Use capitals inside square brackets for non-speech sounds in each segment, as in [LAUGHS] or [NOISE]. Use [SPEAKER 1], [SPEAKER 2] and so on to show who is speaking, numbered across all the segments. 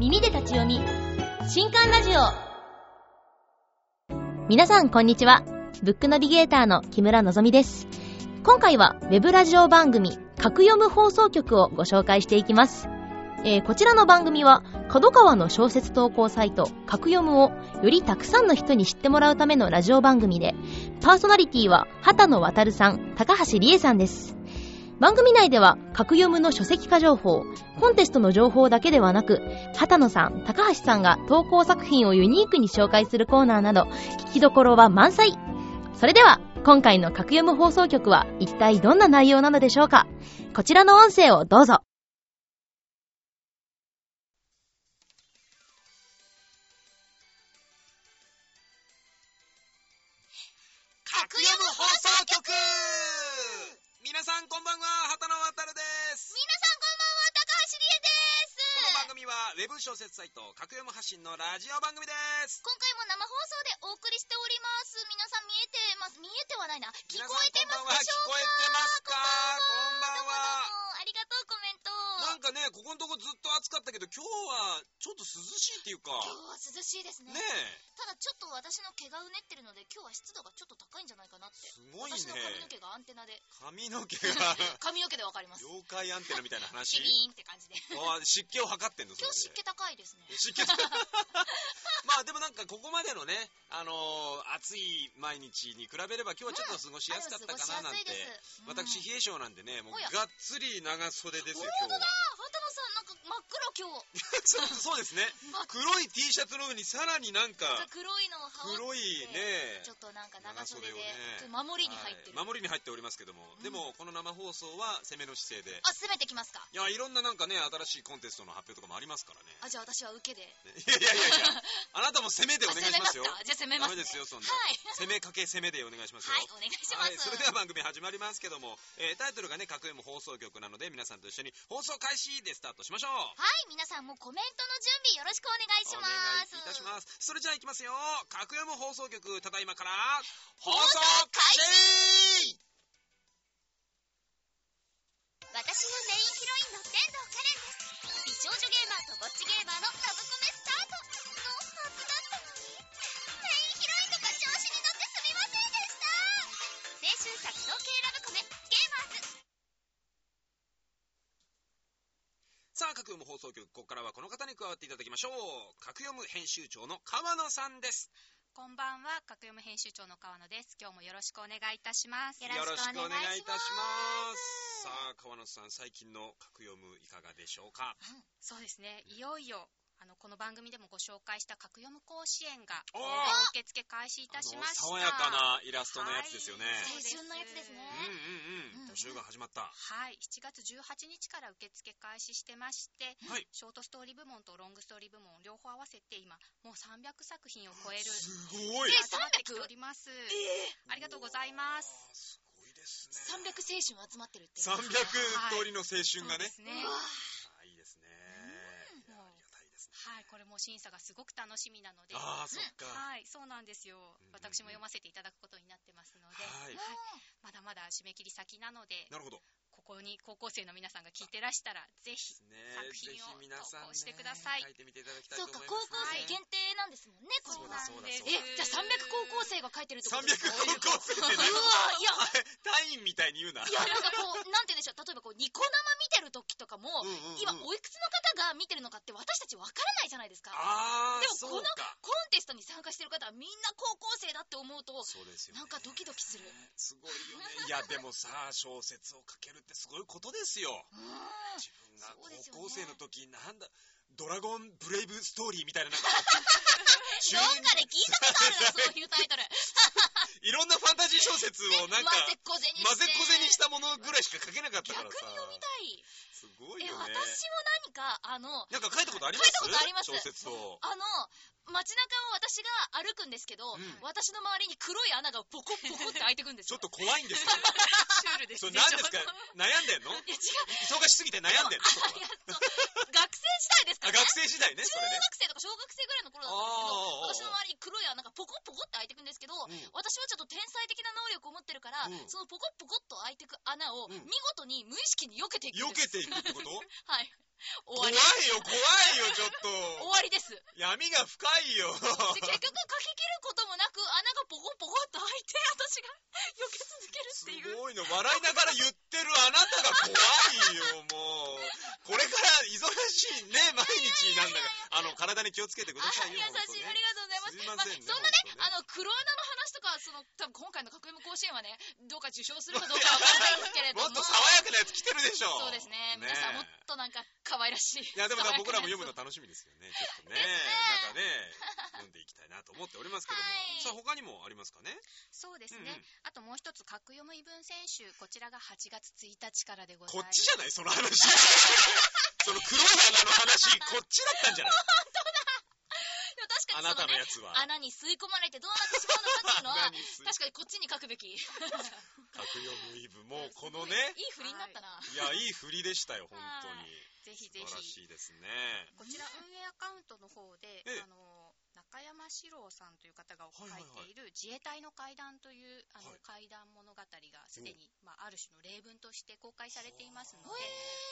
[SPEAKER 1] 耳で立ち読み新刊ラジオ皆さんこんにちはブックナビゲーターの木村のぞみです今回はウェブラジオ番組「格読む放送局」をご紹介していきます、えーこちらの番組は角川の小説投稿サイト「格読む」をよりたくさんの人に知ってもらうためのラジオ番組でパーソナリティは畑野渉さん高橋理恵さんです番組内では格読むの書籍化情報コンテストの情報だけではなく畑野さん高橋さんが投稿作品をユニークに紹介するコーナーなど聞きどころは満載それでは今回の格読む放送局は一体どんな内容なのでしょうかこちらの音声をどうぞ
[SPEAKER 2] 格読む放送局皆さんこんばんは、畑野渡です。
[SPEAKER 3] 皆さんこん
[SPEAKER 2] この番組
[SPEAKER 3] ばんは、高橋理恵です。
[SPEAKER 2] は、ウェブ小説サイト、格読む発信のラジオ番組です。
[SPEAKER 3] 今回も生放送でお送りしております。皆さん見えてます。見えてはないな。聞こえてますでし
[SPEAKER 2] 皆
[SPEAKER 3] ょうかありがとう、コメント。
[SPEAKER 2] さんこんばんは。聞こえてますかこんばんは。なんかね、ここのとこずっと暑かったけど、今日はちょっと涼しいっていうか、
[SPEAKER 3] 今日は涼しいですね
[SPEAKER 2] ねえ、
[SPEAKER 3] ただちょっと私の毛がうねってるので、今日は湿度がちょっと高いんじゃないかなって。
[SPEAKER 2] すごいね
[SPEAKER 3] 私。の髪の毛がアンテナで。
[SPEAKER 2] 髪の毛が、
[SPEAKER 3] 髪の毛でわかります。
[SPEAKER 2] 妖怪アンテナみたいな
[SPEAKER 3] シ
[SPEAKER 2] 話。
[SPEAKER 3] ビーンって感じで。
[SPEAKER 2] あ湿気を測ってんの、そ
[SPEAKER 3] 今
[SPEAKER 2] れ
[SPEAKER 3] 日湿
[SPEAKER 2] で
[SPEAKER 3] 気高いですね。
[SPEAKER 2] 湿気 [LAUGHS] まあでもなんかここまでのね、あのー暑い毎日に比べれば今日はちょっと過ごしやすかったかななんて、
[SPEAKER 3] あれは過ご
[SPEAKER 2] 私
[SPEAKER 3] しやすいです。うん
[SPEAKER 2] 冷え性なんでねもう
[SPEAKER 3] おや
[SPEAKER 2] がっつり長袖ですよ
[SPEAKER 3] 本
[SPEAKER 2] 今
[SPEAKER 3] 当
[SPEAKER 2] 日
[SPEAKER 3] だ
[SPEAKER 2] は
[SPEAKER 3] 畑野さん、なんか真っ黒今日。
[SPEAKER 2] そう [LAUGHS] そうですね
[SPEAKER 3] 真っ
[SPEAKER 2] 黒い T シャツの上にさらになんか
[SPEAKER 3] 黒いのを羽織って
[SPEAKER 2] 黒いね
[SPEAKER 3] ちょっとなんか長袖
[SPEAKER 2] 長
[SPEAKER 3] で
[SPEAKER 2] 袖をね
[SPEAKER 3] ちょっと守りに入ってる、
[SPEAKER 2] はい守りに入っておりますけども、
[SPEAKER 3] うん
[SPEAKER 2] でもこの生放送は攻めの姿勢で
[SPEAKER 3] あすべてきますか
[SPEAKER 2] いやいろんななんかね新しいコンテストの発表とかもありますからね
[SPEAKER 3] [LAUGHS] あじゃあ私は受けで
[SPEAKER 2] ねいやいやいやいやあなたも攻めでお願いしますよ
[SPEAKER 3] あ攻めますかじゃあ攻めま
[SPEAKER 2] ダ
[SPEAKER 3] す、ね、
[SPEAKER 2] メですよそんな
[SPEAKER 3] はい
[SPEAKER 2] 攻めかけ攻めでお願いしますよ
[SPEAKER 3] はいお願いしま
[SPEAKER 2] は
[SPEAKER 3] す、
[SPEAKER 2] い、それでは番組始まりますけども、えータイトルがね、格読む放送局なので、皆さんと一緒に放送開始でスタートしましょう。
[SPEAKER 3] はい皆さんもコメントの準備よろしくお願いし
[SPEAKER 2] お
[SPEAKER 3] ま
[SPEAKER 2] 願いい
[SPEAKER 3] す
[SPEAKER 2] たします。それじゃあ行きますよ。格読む放送局、ただいまから、放送
[SPEAKER 3] 放送
[SPEAKER 2] 開
[SPEAKER 3] 開
[SPEAKER 2] 始
[SPEAKER 3] 私がメインヒロインの天童カレンです美少女ゲーマーとぼっちゲーマーのラブコメスタートのはずだったのにメインヒロインとか調子に乗ってすみませんでした青春格闘系ラブコメゲーマーズ
[SPEAKER 2] さあ、格読む放送局、ここからはこの方に加わっていただきましょう。格読む編集長の川野さんです。
[SPEAKER 4] こんばんは、格読む編集長の川野です。今日もよろしくお願いいたします。
[SPEAKER 3] よろしくお願いします
[SPEAKER 2] すさあ、川野さん、最近の格読むいかがでしょうか
[SPEAKER 4] そうですね、いよいよ、あの、この番組でもご紹介した格読む甲子園が、
[SPEAKER 2] おー
[SPEAKER 4] 応募受付開始いたしました。
[SPEAKER 2] あの爽やかなイラストのやつですよね。
[SPEAKER 4] はい
[SPEAKER 3] 青春のやつですね
[SPEAKER 2] うんうんう。
[SPEAKER 3] うんん
[SPEAKER 2] 募集が始まった。
[SPEAKER 4] はい、7月18日から受付開始してまして、
[SPEAKER 2] はい
[SPEAKER 4] ショートストーリー部門とロングストーリー部門両方合わせて今、もう300作品を超える、
[SPEAKER 2] すごい
[SPEAKER 3] え
[SPEAKER 4] 集まってきております。ありがとうございます。
[SPEAKER 2] あーすごいですね
[SPEAKER 3] 300青春集まってるって
[SPEAKER 2] 300通りの青春が
[SPEAKER 4] そうで
[SPEAKER 2] ね
[SPEAKER 4] す
[SPEAKER 3] う
[SPEAKER 4] ね。
[SPEAKER 3] わ
[SPEAKER 2] あーいいですねいやありがたいですね
[SPEAKER 4] はい、これも審査がすごく楽しみなので、
[SPEAKER 2] ああそっかは
[SPEAKER 4] はい、そうなんですよ
[SPEAKER 2] んうん。
[SPEAKER 4] 私も読ませていただくことになってますので、
[SPEAKER 2] い
[SPEAKER 4] まだまだ締め切り先なので、
[SPEAKER 2] なるほど
[SPEAKER 4] ここに高校生の皆さんが聞いてらしたら、ぜひ、
[SPEAKER 2] ね
[SPEAKER 4] 作
[SPEAKER 2] ぜひ
[SPEAKER 4] 品を
[SPEAKER 2] 皆さんね
[SPEAKER 4] 投稿してください
[SPEAKER 2] 書いてみていただきたい
[SPEAKER 3] そ
[SPEAKER 2] と
[SPEAKER 3] う
[SPEAKER 2] 思い
[SPEAKER 3] か
[SPEAKER 2] ます
[SPEAKER 3] 高校生限定なんですもんねこ
[SPEAKER 2] そう
[SPEAKER 3] れ
[SPEAKER 2] だ
[SPEAKER 3] は
[SPEAKER 2] そうだそうだ
[SPEAKER 3] えじゃあ300高校生が書いてるってことですか
[SPEAKER 2] 300高校生って
[SPEAKER 3] うわいや
[SPEAKER 2] 単位みたいに言うない
[SPEAKER 3] やなんかこうなんて言うんでしょう例えばこうニコ生見てる時とかも、
[SPEAKER 2] うんうんうん
[SPEAKER 3] 今おいくつの方が見てるのかって私たちわからないじゃないですか
[SPEAKER 2] ああ
[SPEAKER 3] でも
[SPEAKER 2] そ
[SPEAKER 3] こ
[SPEAKER 2] う
[SPEAKER 3] の
[SPEAKER 2] か
[SPEAKER 3] コンテストに参加してる方はみんな高校生だって思うと
[SPEAKER 2] そうですよね
[SPEAKER 3] なんかドキドキする
[SPEAKER 2] すごいよねいやでもさ小説を書けるってすごいことですよ
[SPEAKER 3] うん
[SPEAKER 2] 自分が
[SPEAKER 3] そうですよね
[SPEAKER 2] 高校生の時なんだドラゴンブレイブストーリーみたいななんか急
[SPEAKER 3] な
[SPEAKER 2] に
[SPEAKER 3] んかね聞いたことあるなそういう
[SPEAKER 2] [LAUGHS]
[SPEAKER 3] タイトル
[SPEAKER 2] いろんなファンタジー小説をなんか
[SPEAKER 3] 混ぜっこぜにして
[SPEAKER 2] 混ぜっこぜにしたものぐらいしか書けなかったからさ
[SPEAKER 3] 逆に読みたい
[SPEAKER 2] すごい
[SPEAKER 3] え
[SPEAKER 2] よ
[SPEAKER 3] 私も
[SPEAKER 2] ね
[SPEAKER 3] 何かあの
[SPEAKER 2] なんか書いたことあります
[SPEAKER 3] 書いたことあります
[SPEAKER 2] 小説を
[SPEAKER 3] あの街中を私が歩くんですけど、
[SPEAKER 2] うん
[SPEAKER 3] 私の周りに黒い穴がボコッボコって開いてくんです
[SPEAKER 2] ちょ
[SPEAKER 3] [LAUGHS] よ
[SPEAKER 2] っと怖いんですけど
[SPEAKER 4] シュールです
[SPEAKER 2] そ
[SPEAKER 4] ね。
[SPEAKER 2] れ何です
[SPEAKER 4] ち
[SPEAKER 2] か
[SPEAKER 4] ょっと
[SPEAKER 2] 悩んでんの
[SPEAKER 3] いや違う
[SPEAKER 2] 忙しすぎて悩んでんの
[SPEAKER 3] いやそう学生時代です
[SPEAKER 2] あ
[SPEAKER 3] から
[SPEAKER 2] 学
[SPEAKER 3] ね
[SPEAKER 2] 生時代ねそれね
[SPEAKER 3] 中学生とか小学生ぐらいの頃だったんですけど私の周りに黒い穴がポコッポコって開いてくんですけど、
[SPEAKER 2] うん
[SPEAKER 3] 私はちょっと天才的な能力を持ってるから、
[SPEAKER 2] うん
[SPEAKER 3] そのポコッポコッと開いてく穴を
[SPEAKER 2] うん
[SPEAKER 3] 見事に無意識に避けていく
[SPEAKER 2] 避
[SPEAKER 3] ん
[SPEAKER 2] け
[SPEAKER 3] です、 [LAUGHS]
[SPEAKER 2] ていくってこと
[SPEAKER 3] はい終わ
[SPEAKER 2] 怖
[SPEAKER 4] わ
[SPEAKER 2] い
[SPEAKER 4] り
[SPEAKER 2] よ、怖いよ、ちょっ
[SPEAKER 4] 終
[SPEAKER 3] [LAUGHS]
[SPEAKER 2] と。
[SPEAKER 4] わり [LAUGHS] ですで
[SPEAKER 2] 闇が深いよ。
[SPEAKER 4] 結局書き切ることもなく穴がポコンポコンと開いて私が避け続け
[SPEAKER 2] す
[SPEAKER 4] るっていう
[SPEAKER 2] ごいの。笑いながら言ってるあなたが怖いよ、もう。これから忙しいね、毎日なんだから。あの、体に気をつけてくだ
[SPEAKER 4] あ
[SPEAKER 2] さい
[SPEAKER 4] [LAUGHS] 優
[SPEAKER 2] よ。
[SPEAKER 4] しい、ありがとうございます。
[SPEAKER 2] すいませんね
[SPEAKER 4] あ、そんなね
[SPEAKER 2] 本当ね
[SPEAKER 4] あの、黒穴の話とか、その、多分今回の格読甲子園はね、どうか受賞するかどうかわからないんですけれど
[SPEAKER 2] [LAUGHS] も
[SPEAKER 4] も。
[SPEAKER 2] っと爽やかなやつ来てるでしょ。
[SPEAKER 4] そうですね。皆さんもっとなんか、可愛らしい。
[SPEAKER 2] いや、でもな僕らも読むの
[SPEAKER 4] 爽やかなや
[SPEAKER 2] 楽
[SPEAKER 4] つ
[SPEAKER 2] しみですよね。ちょっとね、なんかね、読んでいきたいなと思っておりますけども。
[SPEAKER 4] はい
[SPEAKER 2] さあ、他にもありますかね
[SPEAKER 4] そうです
[SPEAKER 2] うんう
[SPEAKER 4] ね
[SPEAKER 2] ん。
[SPEAKER 4] あともう一つ、格読む異文選手、こちらが8月1日からでござい
[SPEAKER 2] こっ
[SPEAKER 4] ま
[SPEAKER 2] ち
[SPEAKER 4] す。
[SPEAKER 2] じゃないその [LAUGHS] 話。その黒い穴の話、こっちだったんじゃない
[SPEAKER 4] でも確
[SPEAKER 2] あ
[SPEAKER 4] か
[SPEAKER 2] な
[SPEAKER 4] に
[SPEAKER 2] た
[SPEAKER 4] そ
[SPEAKER 2] の
[SPEAKER 4] のね、
[SPEAKER 2] やつは。
[SPEAKER 4] 穴に吸い込まれてどうなってしまうのかっていうのは、
[SPEAKER 2] 何す
[SPEAKER 4] 確かにこっちに書くべき。いい
[SPEAKER 2] 格読むイブもうこのね、
[SPEAKER 4] [LAUGHS] 振りになったな。
[SPEAKER 2] いや、いい振りでしたよ、本当
[SPEAKER 4] は
[SPEAKER 2] に。
[SPEAKER 4] ぜひぜ
[SPEAKER 2] 素晴ら
[SPEAKER 4] ひ。
[SPEAKER 2] しいですね。
[SPEAKER 4] こちら運営アカウントの方で
[SPEAKER 2] ええ、
[SPEAKER 4] あの、中山史郎さんという方が書い
[SPEAKER 2] はいはいはい
[SPEAKER 4] ている自衛隊の階段という、あの
[SPEAKER 2] はい、
[SPEAKER 4] 階段物語がすでに、まあ、ある種の例文として公開されていますので、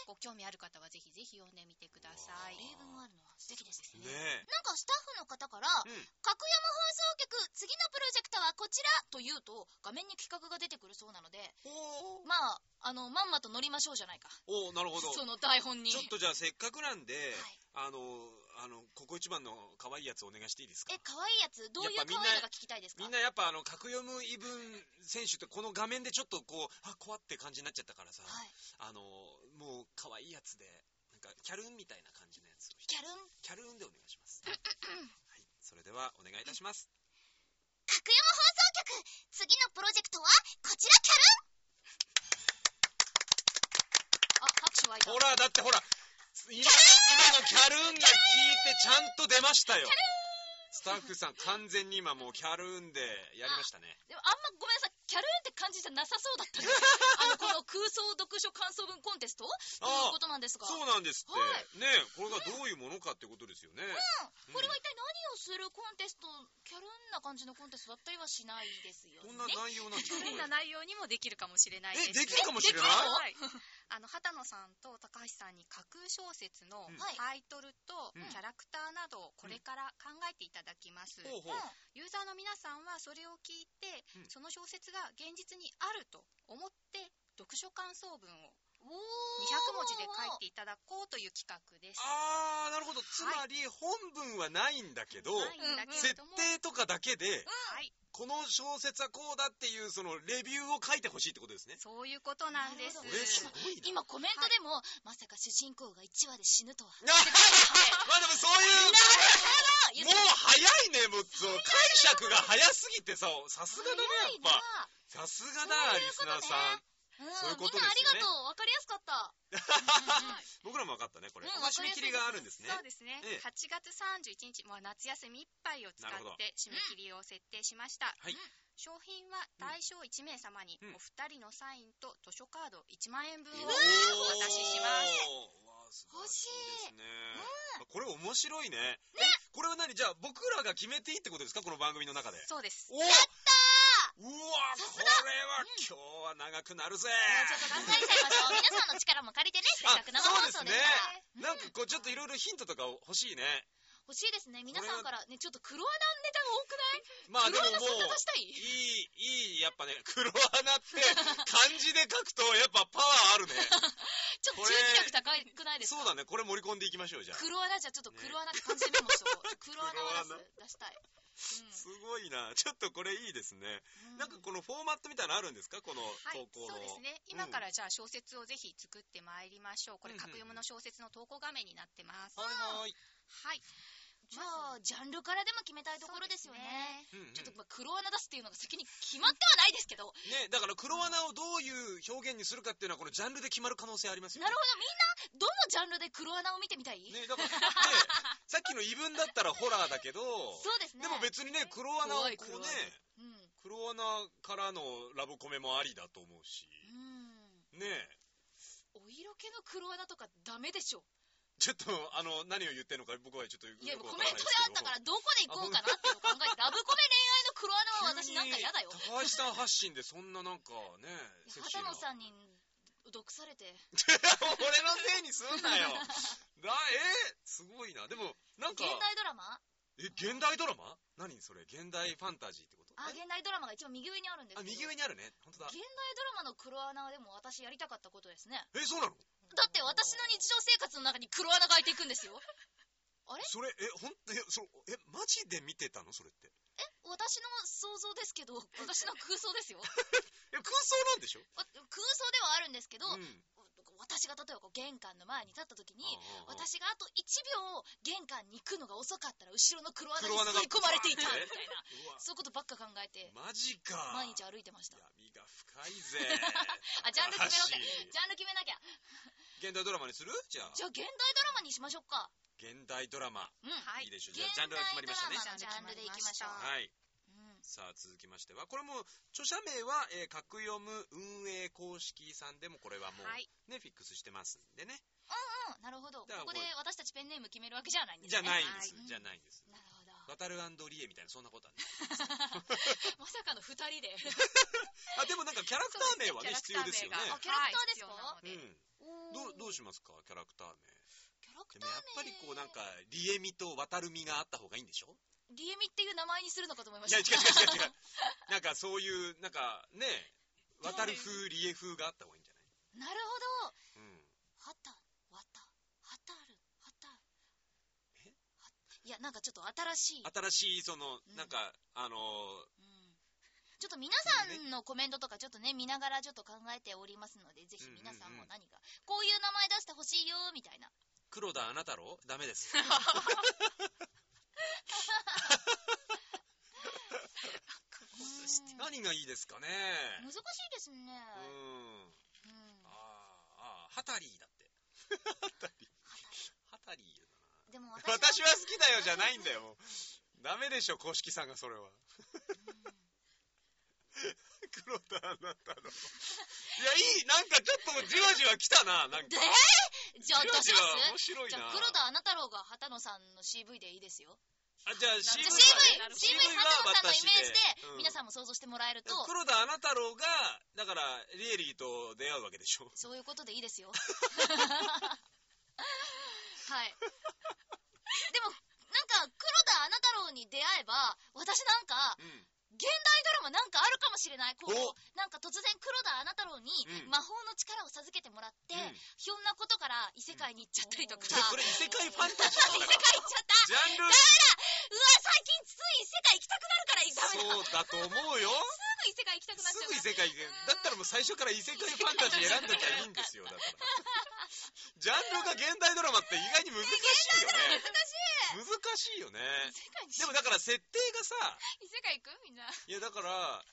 [SPEAKER 4] ご興味ある方はぜひぜひ読んでみてください。
[SPEAKER 2] 例文が
[SPEAKER 4] あるのは素敵です
[SPEAKER 2] ねえ。
[SPEAKER 3] なんかスタッフの方から、
[SPEAKER 2] うん。
[SPEAKER 3] 格山放送局、次のプロジェクトはこちら
[SPEAKER 4] というと、画面に企画が出てくるそうなので、
[SPEAKER 2] おー
[SPEAKER 4] まあ、あの、まんまと乗りましょうじゃないか。
[SPEAKER 2] おーなるほど。
[SPEAKER 4] その台本に。
[SPEAKER 2] ちょっとじゃあせっかくなんで、
[SPEAKER 4] はい
[SPEAKER 2] あの、あの、ここ一番の可愛いやつお願いしていいですか
[SPEAKER 4] え、可愛いやつ、どういう
[SPEAKER 2] やっぱみん
[SPEAKER 4] 可
[SPEAKER 2] な
[SPEAKER 4] 愛いのが聞きたいですか
[SPEAKER 2] みんなやっぱあの、格読むイブ選手ってこの画面でちょっとこう、あ、怖って感じになっちゃったからさ、
[SPEAKER 4] はい。
[SPEAKER 2] あの、もう可愛いやつで、なんかキャルーンみたいな感じのやつを
[SPEAKER 3] キャルン
[SPEAKER 2] キャルーンでお願いし
[SPEAKER 4] [LAUGHS]
[SPEAKER 2] ます。はい。それではお願いいたします。
[SPEAKER 3] 格山放送局次のプロジェクトはこちらキャルン
[SPEAKER 4] あ、拍手湧いた。
[SPEAKER 2] ほら、だってほら、今今のキャルーンが聞いてちゃんと出ましたよ。スタッフさん、完全に今もうキャルーンでやりましたね。
[SPEAKER 4] でもあんまごめんなさい、キャルーンって感じじゃなさそうだったんです
[SPEAKER 2] [LAUGHS]
[SPEAKER 4] あの、この空想読書感想文コンテストということなんですが。
[SPEAKER 2] そうなんですって。
[SPEAKER 4] は
[SPEAKER 2] ねこれがどういうものかってことですよね。
[SPEAKER 4] これは一体何をするコンテスト、キャルーンな感じのコンテストだったりはしないですよ
[SPEAKER 2] ど
[SPEAKER 4] ね。
[SPEAKER 2] んな内容なんです
[SPEAKER 5] 綺
[SPEAKER 2] か
[SPEAKER 5] 麗な内容にもできるかもしれないです。
[SPEAKER 2] え、できるかもしれない
[SPEAKER 5] はい。
[SPEAKER 4] あの、畑野さんと高橋さんに架空小説の
[SPEAKER 2] うん
[SPEAKER 4] タイトルと
[SPEAKER 2] うん
[SPEAKER 4] キャラクターなどをこれから考えていただきます。
[SPEAKER 2] ほうほう。
[SPEAKER 4] ユーザーの皆さんはそれを聞いて、
[SPEAKER 2] うん
[SPEAKER 4] その小説が現実にあると思って、読書感想文を
[SPEAKER 3] おー
[SPEAKER 4] 200文字で書いていただこうという企画です。
[SPEAKER 2] あー、なるほど。つまり、本文はないんだけど、
[SPEAKER 4] ないんだけ
[SPEAKER 2] 設
[SPEAKER 4] れども、
[SPEAKER 2] 定とかだけで、
[SPEAKER 4] はい、
[SPEAKER 2] この小説はこうだっていう、その、レビューを書いてほしいってことですね。
[SPEAKER 5] そういうことなんで
[SPEAKER 4] なる
[SPEAKER 5] す
[SPEAKER 4] ほ
[SPEAKER 2] こ
[SPEAKER 4] ど
[SPEAKER 2] れすごいな。
[SPEAKER 3] 今コメントでも、まさか主人公が1話で死ぬとは
[SPEAKER 2] [LAUGHS] まあでもそういう、もう早いね、もう、そう解釈が早すぎてさ、さすがだね、やっぱ。さすがだ、リスナーさん。
[SPEAKER 3] うん
[SPEAKER 2] そういうこと
[SPEAKER 3] みんなありが
[SPEAKER 2] ですよね
[SPEAKER 3] とうわかりやす
[SPEAKER 2] [LAUGHS]
[SPEAKER 3] かった
[SPEAKER 2] 僕らも分かったね、これ。
[SPEAKER 3] うん
[SPEAKER 2] ここは締め切りがあるんですね。
[SPEAKER 5] そうですね
[SPEAKER 2] ええ。
[SPEAKER 5] 8月31日、もう夏休みいっぱいを使っ
[SPEAKER 2] なるほど
[SPEAKER 5] て締め切りを設定しました。
[SPEAKER 2] はい。
[SPEAKER 5] 商品は対象1名様に
[SPEAKER 2] うん
[SPEAKER 5] お二人のサインと図書カード1万円分を
[SPEAKER 2] お
[SPEAKER 5] お渡しします。
[SPEAKER 2] す。欲しいですね。これ面白いね。えこれは何じゃあ僕らが決めていいってことですかこの番組の中で。
[SPEAKER 5] そうです。
[SPEAKER 2] おやったーうわこれは今日は長くなるぜ
[SPEAKER 3] ちょっと頑張りちゃいましょう皆さんの力も借りてねせっ
[SPEAKER 2] あ
[SPEAKER 3] かく生放送ですから
[SPEAKER 2] なんかこうちょっといろいろヒントとか欲しいね。
[SPEAKER 3] 欲しいですね皆さんからねちょっと黒穴
[SPEAKER 4] ネタが多くない
[SPEAKER 2] まあで
[SPEAKER 4] 黒
[SPEAKER 2] も
[SPEAKER 4] 穴
[SPEAKER 2] もう
[SPEAKER 4] さん、した
[SPEAKER 2] い
[SPEAKER 4] い
[SPEAKER 2] い、いい、やっぱね、 [LAUGHS] 黒穴って漢字で書くとやっぱパワーあるね。
[SPEAKER 4] ちょっと
[SPEAKER 2] こ
[SPEAKER 4] 集
[SPEAKER 2] れ
[SPEAKER 4] 中力高くないですか
[SPEAKER 2] そうだね、これ盛り込んでいきましょうじゃあ。
[SPEAKER 4] 黒穴じゃちょっと黒穴って感じでメモしとこ
[SPEAKER 2] [LAUGHS]
[SPEAKER 4] う。黒穴を出す出したい。
[SPEAKER 2] すごいな。ちょっとこれいいですね。なんかこのフォーマットみたいなのあるんですかこの
[SPEAKER 5] はい
[SPEAKER 2] 投、
[SPEAKER 5] そ
[SPEAKER 2] 稿の。
[SPEAKER 5] うですね。今からじゃあ小説をぜひ作ってまいりましょう。これ、
[SPEAKER 2] うんうん
[SPEAKER 5] 格読むの小説の投稿画面になってます。
[SPEAKER 2] はいはい。
[SPEAKER 5] はい。
[SPEAKER 3] じゃあジャンルからでも決めたいところですよね
[SPEAKER 2] うんうん
[SPEAKER 4] ちょっとまあ黒穴出すっていうのが先に決まってはないですけど、
[SPEAKER 2] ね、だから黒穴をどういう表現にするかっていうのはこのジャンルで決まる可能性ありますよ
[SPEAKER 4] な
[SPEAKER 2] ね。
[SPEAKER 4] るほど、みんな、どのジャンルで黒穴を見てみたい、
[SPEAKER 2] ね、だから、ね、さっきの言い分だったらホラーだけど、
[SPEAKER 3] そうですね
[SPEAKER 2] でも別にね、黒穴をこ
[SPEAKER 4] 怖
[SPEAKER 2] うね
[SPEAKER 4] い、黒穴うん。
[SPEAKER 2] 黒穴からのラブコメもありだと思うし、ねえ
[SPEAKER 4] お色気の黒穴とかダメでしょ。
[SPEAKER 2] ちょっと、あの、何を言ってるのか僕はちょっとよく
[SPEAKER 4] いや、もう
[SPEAKER 2] わ
[SPEAKER 4] コ
[SPEAKER 2] か
[SPEAKER 4] メ
[SPEAKER 2] ら
[SPEAKER 4] ン
[SPEAKER 2] ないでけど
[SPEAKER 4] トですあったからどこで行こうかなっていうのを考えて、ラブコメ恋愛の黒穴は私なんか嫌だよ。
[SPEAKER 2] 急に高橋さん発信でそんななんかね、セクシー
[SPEAKER 4] 畑
[SPEAKER 2] な [LAUGHS]
[SPEAKER 4] 野。さんに毒されて。
[SPEAKER 2] 俺のせいにすんなよ。だな。でも、なんか
[SPEAKER 3] 現、代ドラマ
[SPEAKER 2] え、現代ドラマ何それ現代ファンタジーってこと
[SPEAKER 3] あ、現代ドラマが一応右上にあるんです
[SPEAKER 2] あ、
[SPEAKER 3] けど
[SPEAKER 2] 右上にあるね。本当だ
[SPEAKER 3] 現。代ドラマの黒穴はでも私やりたかったことですね。
[SPEAKER 2] え、そうなの
[SPEAKER 3] だって私の日常生活の中に黒穴が開いていくんですよ。
[SPEAKER 2] それ、え、ほんと、え、そえ、マジで見てたのそれって。
[SPEAKER 3] 私の想像ですけど、私の空想ですよ。
[SPEAKER 2] え、空想なんでしょ
[SPEAKER 3] わ空想ではあるんですけど、
[SPEAKER 2] ん。
[SPEAKER 3] 私が例えばこう玄関の前に立った時に、
[SPEAKER 2] ああああ
[SPEAKER 3] 私があと1秒玄関に行くのが遅かったら後ろの黒穴に
[SPEAKER 2] 黒穴が
[SPEAKER 3] 吸い込まれていたみたいな。
[SPEAKER 2] うわ
[SPEAKER 3] そういうことばっか考えて、
[SPEAKER 2] マジか。
[SPEAKER 3] 毎日歩いてました。
[SPEAKER 2] 闇が深いぜ。
[SPEAKER 3] [LAUGHS] あ、ジャンル決めなきゃ。
[SPEAKER 2] 嵐
[SPEAKER 3] ジャンル決めなきゃ。
[SPEAKER 2] 現代ドラマにするじゃあ。
[SPEAKER 3] じゃあ現代ドラマにしましょうか。
[SPEAKER 2] 現代ドラマ。
[SPEAKER 3] うん。
[SPEAKER 5] はい
[SPEAKER 2] いいでしょう。
[SPEAKER 3] 現
[SPEAKER 2] じゃあ、ジャ
[SPEAKER 3] 代
[SPEAKER 2] ン
[SPEAKER 3] ド
[SPEAKER 2] ル
[SPEAKER 3] ラ
[SPEAKER 2] が決まりましたね。
[SPEAKER 3] マのジャンルでいきましょう。
[SPEAKER 5] マ
[SPEAKER 2] はい。
[SPEAKER 3] うん
[SPEAKER 2] さあ、続きましては、これも、著者名は、えー、格読む運営公式さんでも、これはもう、
[SPEAKER 5] はい
[SPEAKER 2] ね、フィックスしてますんでね。
[SPEAKER 3] うんなるほど。こ
[SPEAKER 2] だから
[SPEAKER 3] こで
[SPEAKER 2] これ
[SPEAKER 3] 私たちペンネーム決めるわけじゃないんです
[SPEAKER 2] じゃ
[SPEAKER 3] ね。
[SPEAKER 2] ないんです。
[SPEAKER 3] はい
[SPEAKER 2] じゃないんです。
[SPEAKER 3] なるほど。
[SPEAKER 2] [LAUGHS] 渡るリエみたいな、そんなことはね。
[SPEAKER 3] まさかの二人で。
[SPEAKER 2] あ、でもなんかキャラクター名はね、必要ですよね。
[SPEAKER 3] あキャラクターですか
[SPEAKER 5] はい必要なので
[SPEAKER 2] うん。
[SPEAKER 3] おー
[SPEAKER 2] どう、どうしますか、キャラクター名。
[SPEAKER 3] キャラク
[SPEAKER 2] で
[SPEAKER 3] タ
[SPEAKER 2] もやっぱ
[SPEAKER 3] ー名。
[SPEAKER 2] りこう、なんか、リエミと渡るみがあった方がいいんでしょ
[SPEAKER 3] リエミっていう名前にするのかと思いま
[SPEAKER 2] い
[SPEAKER 3] した。
[SPEAKER 2] や、違う違う違 [LAUGHS] う違う。なんかそういう、なんかね、渡る風、リエ風があった方がいいんじゃない
[SPEAKER 3] なる
[SPEAKER 2] う
[SPEAKER 3] ほど。
[SPEAKER 2] ん。
[SPEAKER 3] はた、わた、はたる、はた。
[SPEAKER 2] え
[SPEAKER 3] はいや、なんかちょっと新しい。
[SPEAKER 2] 新しい、その、なんか、あの
[SPEAKER 3] うんちょっと皆さんのコメントとかちょっとね、見ながらちょっと考えておりますので、ぜひ皆さんも何か、こういう名前出してほしいよ、みたいな。
[SPEAKER 2] 黒田あなたろダメ [LAUGHS] です。
[SPEAKER 3] うん
[SPEAKER 2] 何がいいですかね
[SPEAKER 3] 難しいですね。
[SPEAKER 2] うん。
[SPEAKER 3] うん
[SPEAKER 2] ああ、ああ、ハタリーだ [LAUGHS] って。ハタリー。ハタリーだな。
[SPEAKER 3] で
[SPEAKER 2] [LAUGHS]
[SPEAKER 3] も
[SPEAKER 2] 私
[SPEAKER 3] は
[SPEAKER 2] は好きだよじゃないんだよ。ダメでしょ、公式さんがそれは。黒田あなたの。いや、いい、なんかちょっとじわじわ来たな、なんか。
[SPEAKER 3] でじゃあ
[SPEAKER 2] じわ
[SPEAKER 3] 出し
[SPEAKER 2] じ
[SPEAKER 3] ま
[SPEAKER 2] わ面白い
[SPEAKER 3] すじゃ
[SPEAKER 2] な。
[SPEAKER 3] あ黒田あなたろうが畑野さんの CV でいいですよ。
[SPEAKER 2] あ、じゃあ CV
[SPEAKER 3] じゃあ CV、
[SPEAKER 2] はね
[SPEAKER 3] CV 畑野さんのイメージで皆
[SPEAKER 2] ん。
[SPEAKER 3] さんも想像してもらえると、
[SPEAKER 2] 黒田あなたろうが、だから、リエリーと出会うわけでしょ。
[SPEAKER 3] そういうことでいいです
[SPEAKER 2] [LAUGHS]
[SPEAKER 3] よ。はい。でも、なんか黒田あなたろうに出会えば、私なんか
[SPEAKER 2] うん。
[SPEAKER 3] 現代ドラマなんかあるかもしれない。こう
[SPEAKER 2] お
[SPEAKER 3] なんか突然黒田あなたろうに
[SPEAKER 2] うん
[SPEAKER 3] 魔法の力を授けてもらって、
[SPEAKER 2] うん
[SPEAKER 3] ひょんなことから異世界に行っちゃったりとか。
[SPEAKER 2] じゃあこれ異世界ファンタジー
[SPEAKER 3] [LAUGHS] 異世界行
[SPEAKER 2] だ
[SPEAKER 3] っ
[SPEAKER 2] から
[SPEAKER 3] ちゃった
[SPEAKER 2] ジャンル
[SPEAKER 3] うわ、最近つい異世界行きたくなるから、ダメだ。
[SPEAKER 2] そうだと思うよ。
[SPEAKER 3] すぐ異世界行きたくなっ
[SPEAKER 2] す
[SPEAKER 3] ちゃう
[SPEAKER 2] ぐ異
[SPEAKER 3] から。
[SPEAKER 2] 世界行けだったらもう最初から異世界ファンタジー選んどきゃいいん [LAUGHS] ですよ、だから。ジャンルが現代ドラマって意外に難しいよね。難しいよね。でもだから設定がさ、
[SPEAKER 3] 異世界行くみんな。
[SPEAKER 4] [LAUGHS]
[SPEAKER 2] いやだから、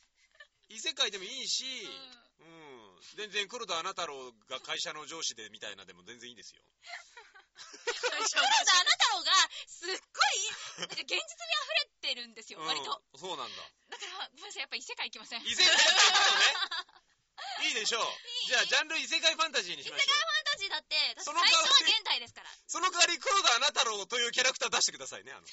[SPEAKER 2] 異世界でもいいし、うん。全然黒田あなたろうが会社の上司でみたいなでも全然いいですよ。
[SPEAKER 3] 黒田あなたろうが、すっごい、なんか現実に溢れてるんですよ、
[SPEAKER 2] うん
[SPEAKER 3] 割と。だ。
[SPEAKER 2] そう [LAUGHS] なんだ。
[SPEAKER 3] から、ごめんなさい、やっぱ異世界行きません。
[SPEAKER 4] [LAUGHS]
[SPEAKER 2] 異世界ファンタジーね。いいでしょう。じゃあジャンル異世界ファンタジーにしましょう。
[SPEAKER 3] ファンタジーだって、だって
[SPEAKER 2] そ
[SPEAKER 3] 最
[SPEAKER 2] の代
[SPEAKER 3] 初
[SPEAKER 2] わ
[SPEAKER 3] は
[SPEAKER 2] り
[SPEAKER 3] 現代ですから。
[SPEAKER 2] その代わり黒田あなたろうというキャラクター出してください
[SPEAKER 3] [LAUGHS]
[SPEAKER 2] ね、あの。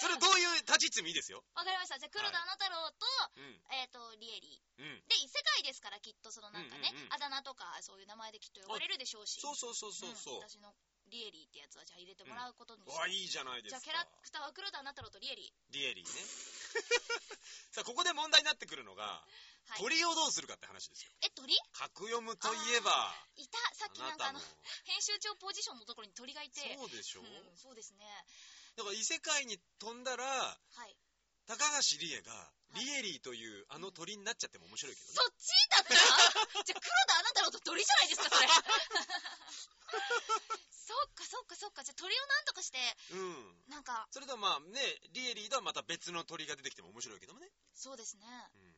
[SPEAKER 2] それどういう立ち位置もいいですよ。
[SPEAKER 3] わかりました。じゃあ、黒田あなたろう
[SPEAKER 2] う
[SPEAKER 3] と、
[SPEAKER 2] ん。
[SPEAKER 3] えっ、と、リエリー。
[SPEAKER 2] うん。
[SPEAKER 3] で、異世界ですから、きっとそのなんかね、
[SPEAKER 2] うんうんうん
[SPEAKER 3] あだ名とか、そういう名前できっと呼ばれるでしょうし。
[SPEAKER 2] そうそうそうそうそう
[SPEAKER 3] うん。私のリエリーってやつは、じゃあ入れてもらうことにして。
[SPEAKER 2] わあ、いいじゃないで
[SPEAKER 3] じ
[SPEAKER 2] す
[SPEAKER 3] ゃあ、
[SPEAKER 2] か。
[SPEAKER 3] キャラクターは黒田あなたろうとリエリー。
[SPEAKER 2] リエリーね。 [LAUGHS] さあ、ここで問題になってくるのが、
[SPEAKER 3] はい
[SPEAKER 2] 鳥をどうするかって話ですよ。
[SPEAKER 3] え、鳥
[SPEAKER 2] 格読むといえば、
[SPEAKER 3] いた、さっき
[SPEAKER 2] あ
[SPEAKER 3] な
[SPEAKER 2] なん
[SPEAKER 3] か
[SPEAKER 2] た
[SPEAKER 3] あの
[SPEAKER 2] の。、
[SPEAKER 3] 編集長ポジションのところに鳥がいて。
[SPEAKER 2] そうでしょう。
[SPEAKER 3] うんそうですね。
[SPEAKER 2] だから異世界に飛んだら、
[SPEAKER 3] はい。
[SPEAKER 2] 高橋理恵が、リエリーというあの鳥になっちゃっても面白いけどね
[SPEAKER 3] そ。っちだったら [LAUGHS] じゃあ黒田あなたのと鳥じゃないですか、それ。
[SPEAKER 2] [LAUGHS]
[SPEAKER 3] そっかそっかそっか。じゃあ鳥をなんとかして、
[SPEAKER 2] うん。
[SPEAKER 3] なんか、
[SPEAKER 2] それとまあね、リエリーとはまた別の鳥が出てきても面白いけどもね。
[SPEAKER 3] そうですね。
[SPEAKER 2] うん。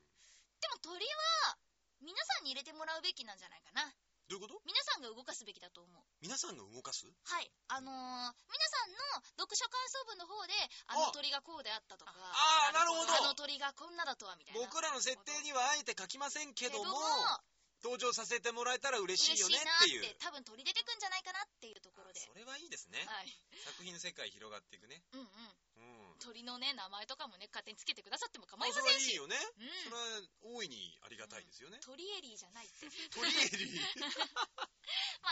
[SPEAKER 3] でも鳥は、皆さんに入れてもらうべきなんじゃないかな。
[SPEAKER 2] どういうこと
[SPEAKER 3] 皆さんが動かすべきだと思う。
[SPEAKER 2] 皆さんが動かす
[SPEAKER 3] はい。あのー、皆さんの読書感想文の方で、あの
[SPEAKER 2] あ
[SPEAKER 3] 鳥がこうであったとか、
[SPEAKER 2] ああ、なるほ
[SPEAKER 3] あの
[SPEAKER 2] ど
[SPEAKER 3] 鳥がこんなだとは、みたいな。
[SPEAKER 2] 僕らの設定にはあえて書きませんけども、登場させてもらえたら嬉しい
[SPEAKER 3] 嬉
[SPEAKER 2] よ
[SPEAKER 3] しい
[SPEAKER 2] ね
[SPEAKER 3] な
[SPEAKER 2] っていう
[SPEAKER 3] っ。て、多分鳥出てくんじゃないかなっていうところで。
[SPEAKER 2] それはいいですね。
[SPEAKER 3] はい。
[SPEAKER 2] 作品の世界広がっていくね。
[SPEAKER 3] うんうん。
[SPEAKER 2] うん。
[SPEAKER 3] 鳥のね、名前とかもね、勝手につけてくださっても構
[SPEAKER 2] まあ
[SPEAKER 3] いませ
[SPEAKER 2] それは
[SPEAKER 3] ん
[SPEAKER 2] いい
[SPEAKER 3] し。
[SPEAKER 2] よね。
[SPEAKER 3] うん。
[SPEAKER 2] それは大いにありがたいですよね。
[SPEAKER 3] 鳥エリーじゃないって。 [LAUGHS]
[SPEAKER 2] 鳥エリー。
[SPEAKER 3] ま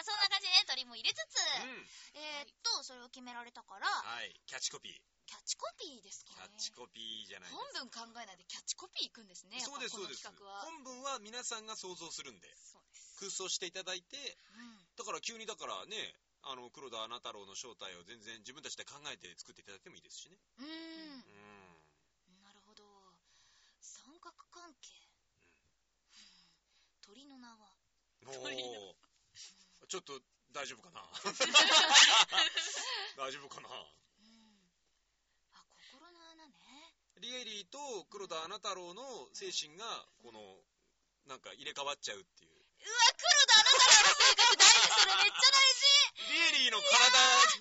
[SPEAKER 3] あそんな感じで、ね、鳥も入れつつ、
[SPEAKER 2] うん。
[SPEAKER 3] えーっと、それを決められたから、
[SPEAKER 2] はい。キャッチコピー。
[SPEAKER 3] キャッチコピーです
[SPEAKER 2] キ
[SPEAKER 3] か
[SPEAKER 2] ャッチコピーじゃない
[SPEAKER 4] 本文考えないでキャッチコピーいくんですね。
[SPEAKER 2] です。そうです、そう
[SPEAKER 4] やっぱこ
[SPEAKER 2] です。
[SPEAKER 4] の企画は。
[SPEAKER 2] 本文は皆さんが想像するんで、
[SPEAKER 4] そうです。
[SPEAKER 2] 空想していただいて、
[SPEAKER 4] うん。
[SPEAKER 2] だから急にだからね、あの、黒田アナ太郎の正体を全然自分たちで考えて作っていただいてもいいですしね。
[SPEAKER 3] うーん
[SPEAKER 2] うん。
[SPEAKER 3] なるほど。三角関係。うん鳥の名は
[SPEAKER 2] おーちょっと大丈夫
[SPEAKER 4] [LAUGHS]
[SPEAKER 2] かな大丈夫かな
[SPEAKER 3] うん。あ、心の穴ね。
[SPEAKER 2] リエリーと黒田アナ太郎の精神が、この、なんか入れ替わっちゃうっていう。
[SPEAKER 3] うわ、黒田あなたらの性格
[SPEAKER 2] リエ
[SPEAKER 3] 大事それめっちゃ大事
[SPEAKER 2] リーの体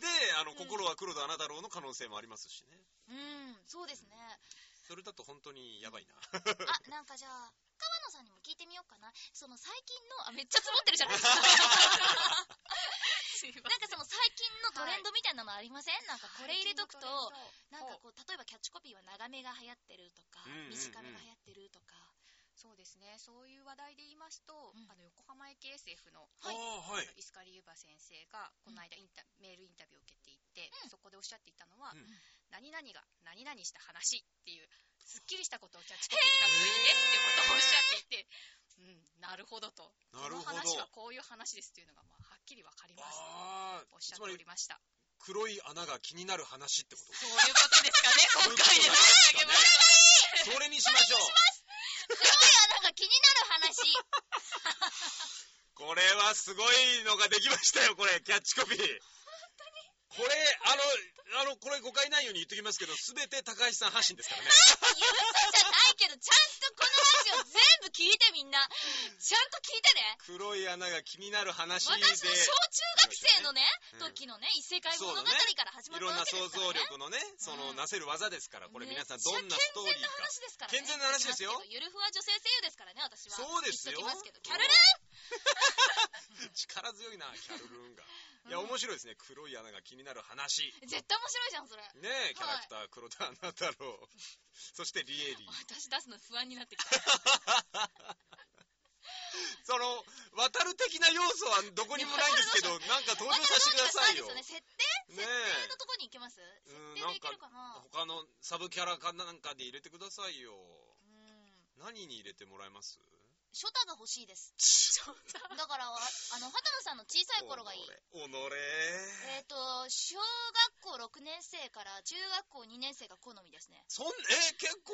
[SPEAKER 2] で、あの、心は黒田アナ太郎の可能性もありますしね。
[SPEAKER 3] うん、そうですね。
[SPEAKER 2] それだと本当にやばいな。
[SPEAKER 3] あ、なんかじゃあ、川野さんにも聞いてみようかな。その最近の、あ、めっちゃ積もってるじゃないですか。
[SPEAKER 4] すいま
[SPEAKER 3] なんかその最近のトレンドみたいなのありません、なんかこれ入れと [LAUGHS] くと、なんかこう、例えばキャッチコピーは長めが流行ってるとか、
[SPEAKER 2] うんうんうん
[SPEAKER 3] 短めが流行ってるとか。
[SPEAKER 4] そうですね。そういう話題で言いますと、
[SPEAKER 3] ん
[SPEAKER 4] あの、横浜駅 SF の、
[SPEAKER 2] ああ、はい。
[SPEAKER 4] イスカリユーバ先生がこの間インタ、メールインタビューを受けていて、そこでおっしゃっていたのは、
[SPEAKER 2] うん
[SPEAKER 4] 何々が何々した話っていうすっきりしたことをキャッチコピーになっていいですっていうことをおっしゃっていて、うん、なるほどと
[SPEAKER 2] なるほど
[SPEAKER 4] この話はこういう話ですというのが、まあ、はっきりわかります
[SPEAKER 2] ああ
[SPEAKER 4] おっし
[SPEAKER 2] つ
[SPEAKER 4] ゃってお
[SPEAKER 2] まり
[SPEAKER 4] りました
[SPEAKER 2] 黒い穴が気になる話ってこと
[SPEAKER 4] そういうことですかね今回で申し上げまし
[SPEAKER 2] それにしましょ
[SPEAKER 3] なんか気になる話。
[SPEAKER 2] う [LAUGHS] これはすごいのができましたよこれキャッチコピーこれあのあのこれ誤解ないように言っときますけど全て高橋さん発信
[SPEAKER 3] [LAUGHS]
[SPEAKER 2] ですからね
[SPEAKER 3] 言う嘘じゃないけど、ちゃんとこの話を全部聞いてみんな。ちゃんと聞いてね。
[SPEAKER 2] 黒い穴が気になる話で
[SPEAKER 3] 私の小中学生のね、
[SPEAKER 2] うん
[SPEAKER 3] 時のね、異世界物語
[SPEAKER 2] そうだね
[SPEAKER 3] から始ま
[SPEAKER 2] い
[SPEAKER 3] った
[SPEAKER 2] ろん
[SPEAKER 3] わ
[SPEAKER 2] な
[SPEAKER 3] けで
[SPEAKER 2] 想
[SPEAKER 3] すか
[SPEAKER 2] 像
[SPEAKER 3] らね。
[SPEAKER 2] 力のねその
[SPEAKER 3] うん
[SPEAKER 2] なせる技ですからこれ皆さんどんなストーリーか
[SPEAKER 3] めっちゃ
[SPEAKER 2] 健全
[SPEAKER 3] 健全
[SPEAKER 2] な
[SPEAKER 3] な
[SPEAKER 2] 話
[SPEAKER 3] 話
[SPEAKER 2] で
[SPEAKER 3] ですす
[SPEAKER 2] よ
[SPEAKER 3] からね。ゆるふわ女性声優ですからね、私は。
[SPEAKER 2] そうですよ
[SPEAKER 3] 言っときますけど。キャルルン
[SPEAKER 2] [LAUGHS] 力強いなキャロルーンがいや面白いですね黒い穴が気になる話
[SPEAKER 3] 絶対面白いじゃん、それ。
[SPEAKER 2] ねえキャラクター黒田アナ太郎 [LAUGHS] そしてリエリー
[SPEAKER 4] [LAUGHS]
[SPEAKER 3] 私出すの不安になってきた。
[SPEAKER 2] その、渡る的な要素はどこにもないんですけど、なんか登場させてくださいよ。
[SPEAKER 3] 渡る
[SPEAKER 2] ね
[SPEAKER 3] のじゃないですよね。設定設定
[SPEAKER 2] え
[SPEAKER 3] の。とこに行けます設
[SPEAKER 2] うん
[SPEAKER 3] 定でいけるかな
[SPEAKER 2] 他のサブキャラかなんかで入れてくださいよ。
[SPEAKER 3] うん。
[SPEAKER 2] 何に入れてもらえます
[SPEAKER 3] ショタが欲しいです。だから、ああの、畑野さんの小さい頃がいい。
[SPEAKER 2] おのれ。
[SPEAKER 3] えっ、と、小学校6年生から中学校2年生が好みですね。
[SPEAKER 2] そん、え、結構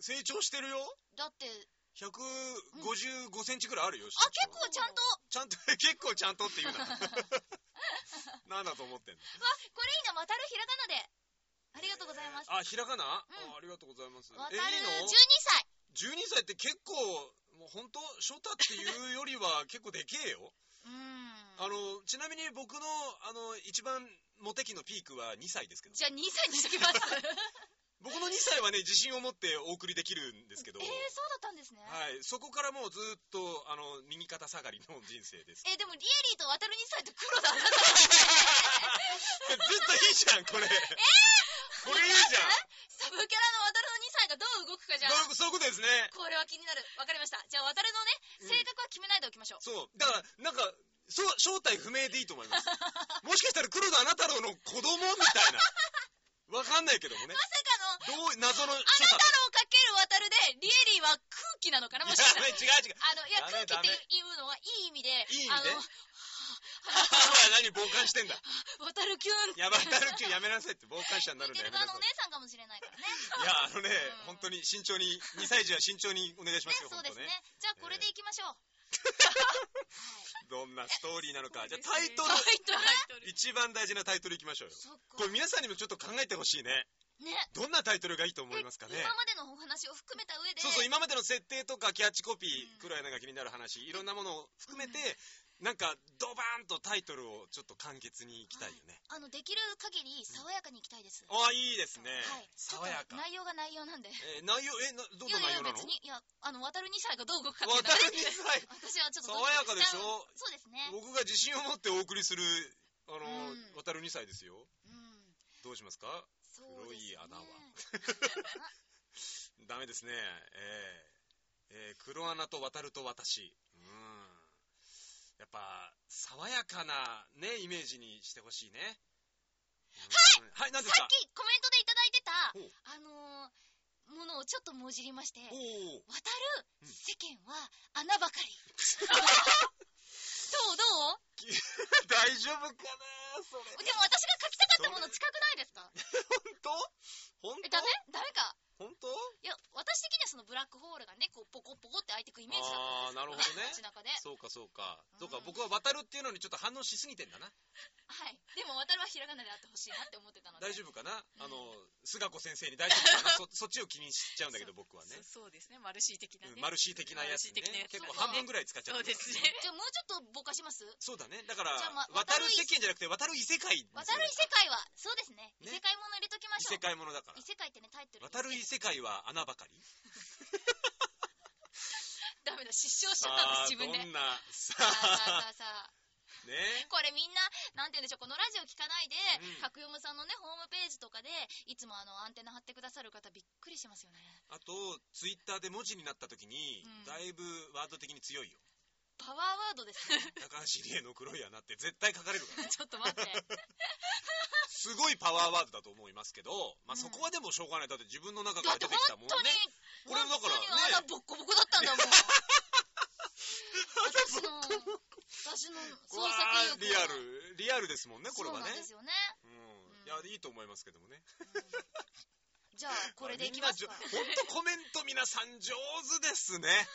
[SPEAKER 2] 成長してるよ。
[SPEAKER 3] だって、
[SPEAKER 2] 155センチくらいあるよ。身長
[SPEAKER 3] あ、結構ちゃんと、
[SPEAKER 2] ちゃんと、 [LAUGHS] 結構ちゃんとって言うな。
[SPEAKER 3] [LAUGHS]
[SPEAKER 2] なんだと思ってんの
[SPEAKER 3] わ、これいいな、渡るひらがなで。ありがとうございます。
[SPEAKER 2] あ、ひらがな、
[SPEAKER 3] ん
[SPEAKER 2] あありがとうございます。
[SPEAKER 3] 渡
[SPEAKER 2] え、
[SPEAKER 3] る
[SPEAKER 2] い
[SPEAKER 3] 12
[SPEAKER 2] いの
[SPEAKER 3] 歳。
[SPEAKER 2] 12歳って結構、もう本当、ショタっていうよりは結構でけえよ。
[SPEAKER 3] うーん。
[SPEAKER 2] あの、ちなみに僕の、あの、一番モテ期のピークは2歳ですけど。
[SPEAKER 3] じゃあ2歳にしときます。
[SPEAKER 2] [LAUGHS]
[SPEAKER 3] えー、
[SPEAKER 2] 僕
[SPEAKER 3] そう
[SPEAKER 2] の2歳はね、自信を持ってお送りできるんですけど。
[SPEAKER 3] だったんですね。
[SPEAKER 2] はい、そこからもうずっと、あの、右肩下がりの人生です。 [LAUGHS]
[SPEAKER 3] えーでもリエリーと渡る2歳と黒田あなた
[SPEAKER 2] ずっといいじゃん、これ。これいいじゃん。
[SPEAKER 3] サブキャラの渡るの2歳がどう動くかじゃあ。
[SPEAKER 2] どうそういうことですね。
[SPEAKER 3] これは気になる。わかりました。じゃあ渡るのね、性格は決めないでおきましょう。
[SPEAKER 2] そう。だから、なんか、そう、正体不明でいいと思います。
[SPEAKER 3] [LAUGHS]
[SPEAKER 2] もしかしたら黒田あなたの子供みたいな。わかんないけどもね。
[SPEAKER 3] まさかの、
[SPEAKER 2] どう、謎の
[SPEAKER 3] あなたのかける渡るで、リエリーは空気なのかなもしかしたら。
[SPEAKER 2] いや違う違う。
[SPEAKER 3] あの、いや、
[SPEAKER 2] ダメ
[SPEAKER 3] 空気
[SPEAKER 2] ダ
[SPEAKER 3] っ
[SPEAKER 2] メ
[SPEAKER 3] ていうのはいい意味で、
[SPEAKER 2] いい意
[SPEAKER 3] あ
[SPEAKER 2] 味で
[SPEAKER 3] の、
[SPEAKER 2] 何傍観してんだ。
[SPEAKER 3] 渡るキュン。
[SPEAKER 2] やばい、ダルキューやめなさいって傍観者になる
[SPEAKER 3] 似
[SPEAKER 2] ん
[SPEAKER 3] て
[SPEAKER 2] だ
[SPEAKER 3] る
[SPEAKER 2] やめなさい
[SPEAKER 3] 側のお。姉さんかもしれないからね。
[SPEAKER 2] いや、あのね
[SPEAKER 3] う、ん
[SPEAKER 2] 本当に慎重に、2歳児は慎重にお願いしま
[SPEAKER 3] ね
[SPEAKER 2] すよ、
[SPEAKER 3] そ
[SPEAKER 2] 本
[SPEAKER 3] うで
[SPEAKER 2] 当
[SPEAKER 3] す
[SPEAKER 2] ね
[SPEAKER 3] ね。。じゃあこれでいきましょう。
[SPEAKER 2] どんなストーリーなのか。じゃあ
[SPEAKER 4] そう
[SPEAKER 2] タイ
[SPEAKER 4] ですね
[SPEAKER 2] トル、
[SPEAKER 4] た。
[SPEAKER 2] 一番大事なタイトルいきましょうよ。
[SPEAKER 3] そっ
[SPEAKER 2] こ
[SPEAKER 3] か。
[SPEAKER 2] れ皆さんにもちょっと考えてほしいね。
[SPEAKER 3] ね。
[SPEAKER 2] どんなタイトルがいいと思いますかね
[SPEAKER 3] 今。までのお話を含めた上で、
[SPEAKER 2] そうそう、
[SPEAKER 3] ね、
[SPEAKER 2] 今までの設定とかキャッチコピー
[SPEAKER 3] うん、
[SPEAKER 2] 黒柳が気になる話、いろんなものを含めて、なんか、ドバーンとタイトルをちょっと簡潔にいきたいよね。
[SPEAKER 3] あの、できる限り爽やかにいきたいです。は
[SPEAKER 2] ああ、いいですね。
[SPEAKER 3] い。ちょ
[SPEAKER 2] 爽
[SPEAKER 3] っ
[SPEAKER 2] や
[SPEAKER 3] と
[SPEAKER 2] か。
[SPEAKER 3] 内容が内容なんで。い
[SPEAKER 2] えー内容、え、などんな内
[SPEAKER 3] やいや
[SPEAKER 2] 容なの
[SPEAKER 3] 別に、いや、あの、渡る2歳がどう動くかってい
[SPEAKER 2] 渡
[SPEAKER 3] うのは
[SPEAKER 2] る
[SPEAKER 3] ね
[SPEAKER 2] 2歳。
[SPEAKER 3] 私はちょっと
[SPEAKER 2] 爽やかでしょ
[SPEAKER 3] ドキドキしちゃう
[SPEAKER 2] 僕が自信を持っ
[SPEAKER 3] そうですね。
[SPEAKER 2] てお送りする、あの、
[SPEAKER 3] うん
[SPEAKER 2] 渡る2歳ですよ。
[SPEAKER 3] うん。
[SPEAKER 2] どうしますか
[SPEAKER 3] そうです
[SPEAKER 2] 黒い
[SPEAKER 3] ね。
[SPEAKER 2] 穴はダメですね。えーえー黒穴と渡ると私。うん。やっぱ、爽やかなね、イメージにしてほしいね。はい、何です
[SPEAKER 3] さ
[SPEAKER 2] か
[SPEAKER 3] っきコメントでいただいてた
[SPEAKER 2] ほう、
[SPEAKER 3] あのー、ものをちょっともじりまして、
[SPEAKER 2] お
[SPEAKER 3] 渡
[SPEAKER 2] ー
[SPEAKER 3] る
[SPEAKER 2] うん
[SPEAKER 3] 世間は穴ば
[SPEAKER 2] [LAUGHS]
[SPEAKER 3] かり。どうどう
[SPEAKER 2] 大丈夫かなそれ。
[SPEAKER 3] でも私が書きたかったもの近くないですか
[SPEAKER 2] 本当
[SPEAKER 3] え、ダメダメか。
[SPEAKER 2] 本当
[SPEAKER 3] いや、私的にはそのブラックホールがね、こう、ポコポコって開いてくイメージだった。
[SPEAKER 2] ああー、なるほどね。
[SPEAKER 3] 街中で。
[SPEAKER 2] そうか、そうか。
[SPEAKER 3] うん
[SPEAKER 2] そうか、僕は渡るっていうのにちょっと反応しすぎてんだな。
[SPEAKER 3] はい。でも渡るはひらがなであってほしいなって思ってたので。
[SPEAKER 2] 大丈夫かな
[SPEAKER 3] うん
[SPEAKER 2] あの、菅子先生に大丈夫かなそそっちを気にしちゃうんだけど、僕はね。
[SPEAKER 5] そそうですね、マルシー的な
[SPEAKER 2] うん
[SPEAKER 5] ね。
[SPEAKER 2] マルシー的なやつ
[SPEAKER 5] マ
[SPEAKER 2] ね
[SPEAKER 5] ルシー的なや。つ
[SPEAKER 2] 結構半分ぐらい使っちゃっ
[SPEAKER 5] そう
[SPEAKER 2] て
[SPEAKER 5] で
[SPEAKER 2] る
[SPEAKER 5] すね。
[SPEAKER 3] じゃあもうちょっとぼかします
[SPEAKER 2] そうだね。だから
[SPEAKER 3] じゃあま、
[SPEAKER 2] 渡
[SPEAKER 3] 渡る
[SPEAKER 2] る世間じゃなくて、渡る異世界にする。
[SPEAKER 3] 渡る異世界は、そうですね。異
[SPEAKER 2] ね
[SPEAKER 3] 世界もの入れときまし
[SPEAKER 2] 異
[SPEAKER 3] ょ
[SPEAKER 2] 世
[SPEAKER 3] う。
[SPEAKER 2] 界ものだから
[SPEAKER 3] 異。世界ってね、タイトル。
[SPEAKER 2] 渡る異世界は穴ばかり
[SPEAKER 3] ダメだ、失笑しちゃった
[SPEAKER 2] あ
[SPEAKER 3] んで
[SPEAKER 2] ー
[SPEAKER 3] す、自分で。
[SPEAKER 2] どんな、さ
[SPEAKER 3] さあ
[SPEAKER 2] あ、
[SPEAKER 3] さあさあ。
[SPEAKER 2] ね。
[SPEAKER 3] これみんな、なんて言うんでしょう、このラジオ聞かないで
[SPEAKER 2] うん、
[SPEAKER 3] 角読むさんのね、ホームページとかで、いつもあの、アンテナ張ってくださる方、びっくりしますよね。
[SPEAKER 2] あと、ツイッターで文字になった時に
[SPEAKER 3] うん、
[SPEAKER 2] だいぶワード的に強いよ。
[SPEAKER 3] パワーワードですね。
[SPEAKER 2] 高橋理恵の黒い穴って絶対書かれるから。
[SPEAKER 3] ちょっと待って。
[SPEAKER 2] すごいパワーワードだと思いますけど、まあ、
[SPEAKER 3] うん
[SPEAKER 2] そこはでもしょうがない。だって自分の中
[SPEAKER 3] だ
[SPEAKER 2] から
[SPEAKER 3] っ
[SPEAKER 2] 出
[SPEAKER 3] て本
[SPEAKER 2] てきたもんね
[SPEAKER 3] 当。に、
[SPEAKER 2] これだから
[SPEAKER 3] 本当に
[SPEAKER 2] ね
[SPEAKER 3] 穴ボッコボコだったんだもん。 [LAUGHS] 私の、私の
[SPEAKER 2] う
[SPEAKER 3] 創
[SPEAKER 2] わ
[SPEAKER 3] 作意
[SPEAKER 2] ー
[SPEAKER 3] 欲
[SPEAKER 2] リアル、リアルですもんね、これは
[SPEAKER 3] そう
[SPEAKER 2] ね
[SPEAKER 3] なん。ですよね。
[SPEAKER 2] うん
[SPEAKER 3] うん
[SPEAKER 2] いや、いいと思いますけどもね。
[SPEAKER 3] じゃあ、これでいきますか。
[SPEAKER 2] 本当コメント皆さん上手ですね。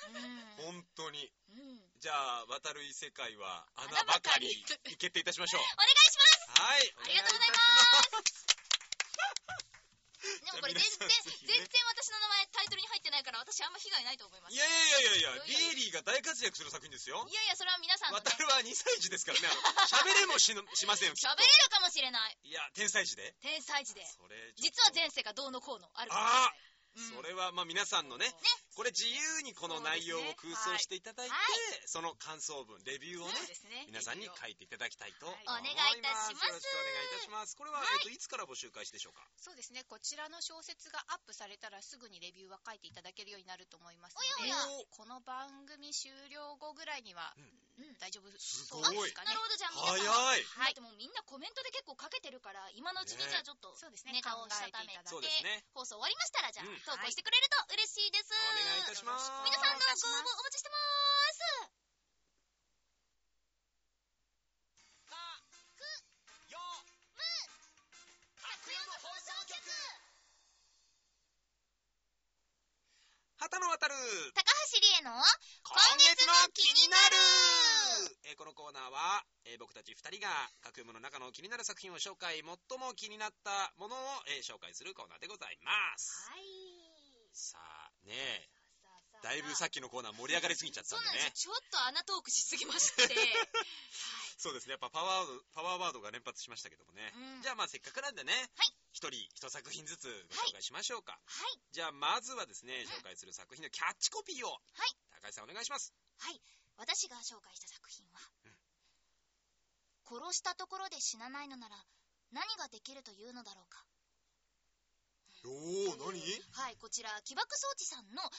[SPEAKER 3] う
[SPEAKER 2] 本当に。
[SPEAKER 3] ん。うん
[SPEAKER 2] じゃあ、渡る異世界は穴ばかり
[SPEAKER 3] 穴ば
[SPEAKER 2] に決定いたし
[SPEAKER 3] [LAUGHS]
[SPEAKER 2] ましょう。
[SPEAKER 3] お願いします
[SPEAKER 2] はい。
[SPEAKER 3] ありがとうござい
[SPEAKER 2] す。
[SPEAKER 3] でもこれ全然、全然私の名前タイトルに入ってないから私あんま被害ないと思います。
[SPEAKER 2] い
[SPEAKER 3] い
[SPEAKER 2] やいやいやいや、リエリーが大活躍する作品ですよ。
[SPEAKER 3] やいや、それは皆さんのね、
[SPEAKER 2] 渡るは2歳児ですから
[SPEAKER 3] [LAUGHS]
[SPEAKER 2] ね。あの喋れもしのしませんよ。きっ
[SPEAKER 3] 喋れるかもしれない。
[SPEAKER 2] といや、天才児で。
[SPEAKER 3] 天才児で。
[SPEAKER 2] それちょっと
[SPEAKER 3] 実は前世がどうのこうのあるかもしれない。
[SPEAKER 2] それはまあ皆さんのね
[SPEAKER 5] ね
[SPEAKER 2] これ自由にこの内容を空想していただいて
[SPEAKER 3] は
[SPEAKER 2] その感想文レビューをね
[SPEAKER 5] そうですね。
[SPEAKER 2] 皆さんに書いていただきたいと思います
[SPEAKER 3] お願いいたします
[SPEAKER 2] よろしくお願いいたしますこれは、えっと、いつから募集開始でしょうか
[SPEAKER 5] そうですね、こちらの小説がアップされたらすぐにレビューは書いていただけるようになると思います
[SPEAKER 3] お
[SPEAKER 5] の
[SPEAKER 3] や
[SPEAKER 5] で、
[SPEAKER 3] や
[SPEAKER 2] おー
[SPEAKER 5] この番組終了後ぐらいには、
[SPEAKER 3] うんうん
[SPEAKER 5] 大丈夫
[SPEAKER 2] す
[SPEAKER 5] そ
[SPEAKER 2] ご
[SPEAKER 5] う
[SPEAKER 2] い
[SPEAKER 5] ですか
[SPEAKER 3] な
[SPEAKER 5] ね
[SPEAKER 3] る。ほど、じゃあ
[SPEAKER 2] 早
[SPEAKER 3] 皆
[SPEAKER 2] い
[SPEAKER 3] さん。はい。でもみんなコメントで結構かけてるから、今のうちに
[SPEAKER 2] ね
[SPEAKER 3] じゃあちょっと、
[SPEAKER 5] そうですね、
[SPEAKER 3] ネタをしたためて
[SPEAKER 5] 考えていただいて
[SPEAKER 2] そうですね
[SPEAKER 3] 放送終わりましたら、じゃあ
[SPEAKER 2] うん
[SPEAKER 3] 投稿してくれると嬉しいです。
[SPEAKER 2] お願いいたします
[SPEAKER 3] 皆さん投稿
[SPEAKER 5] お願いしま
[SPEAKER 3] をお待ちしてます。
[SPEAKER 2] 旗の渡る
[SPEAKER 3] 高橋理恵の
[SPEAKER 2] 今月の気になる、えーこのコーナーは、えー僕たち2人が各読むの中の気になる作品を紹介最も気になったものを、えー紹介するコーナーでございます、
[SPEAKER 3] はい。
[SPEAKER 2] さあねえだいぶさっきのコーナー盛り上がりすぎちゃったん
[SPEAKER 3] そう
[SPEAKER 2] でね
[SPEAKER 3] なんですよ。ちょっと穴トークしすぎま
[SPEAKER 2] [LAUGHS]
[SPEAKER 3] して。
[SPEAKER 2] そうですねやっぱパワーワードパワーワードが連発しましたけどもね、
[SPEAKER 3] うん
[SPEAKER 2] じゃあまあせっかくなんでね、
[SPEAKER 3] い
[SPEAKER 2] 一人一作品ずつご紹介しましょうか、
[SPEAKER 3] はい。
[SPEAKER 2] じゃあまずはですね紹介する作品のキャッチコピーを、高橋さんお願いします
[SPEAKER 3] 私が紹介した作品は、殺したところで死なないのなら何ができるというのだろうか。
[SPEAKER 2] おお
[SPEAKER 3] はい、こちら、起爆装置さんの母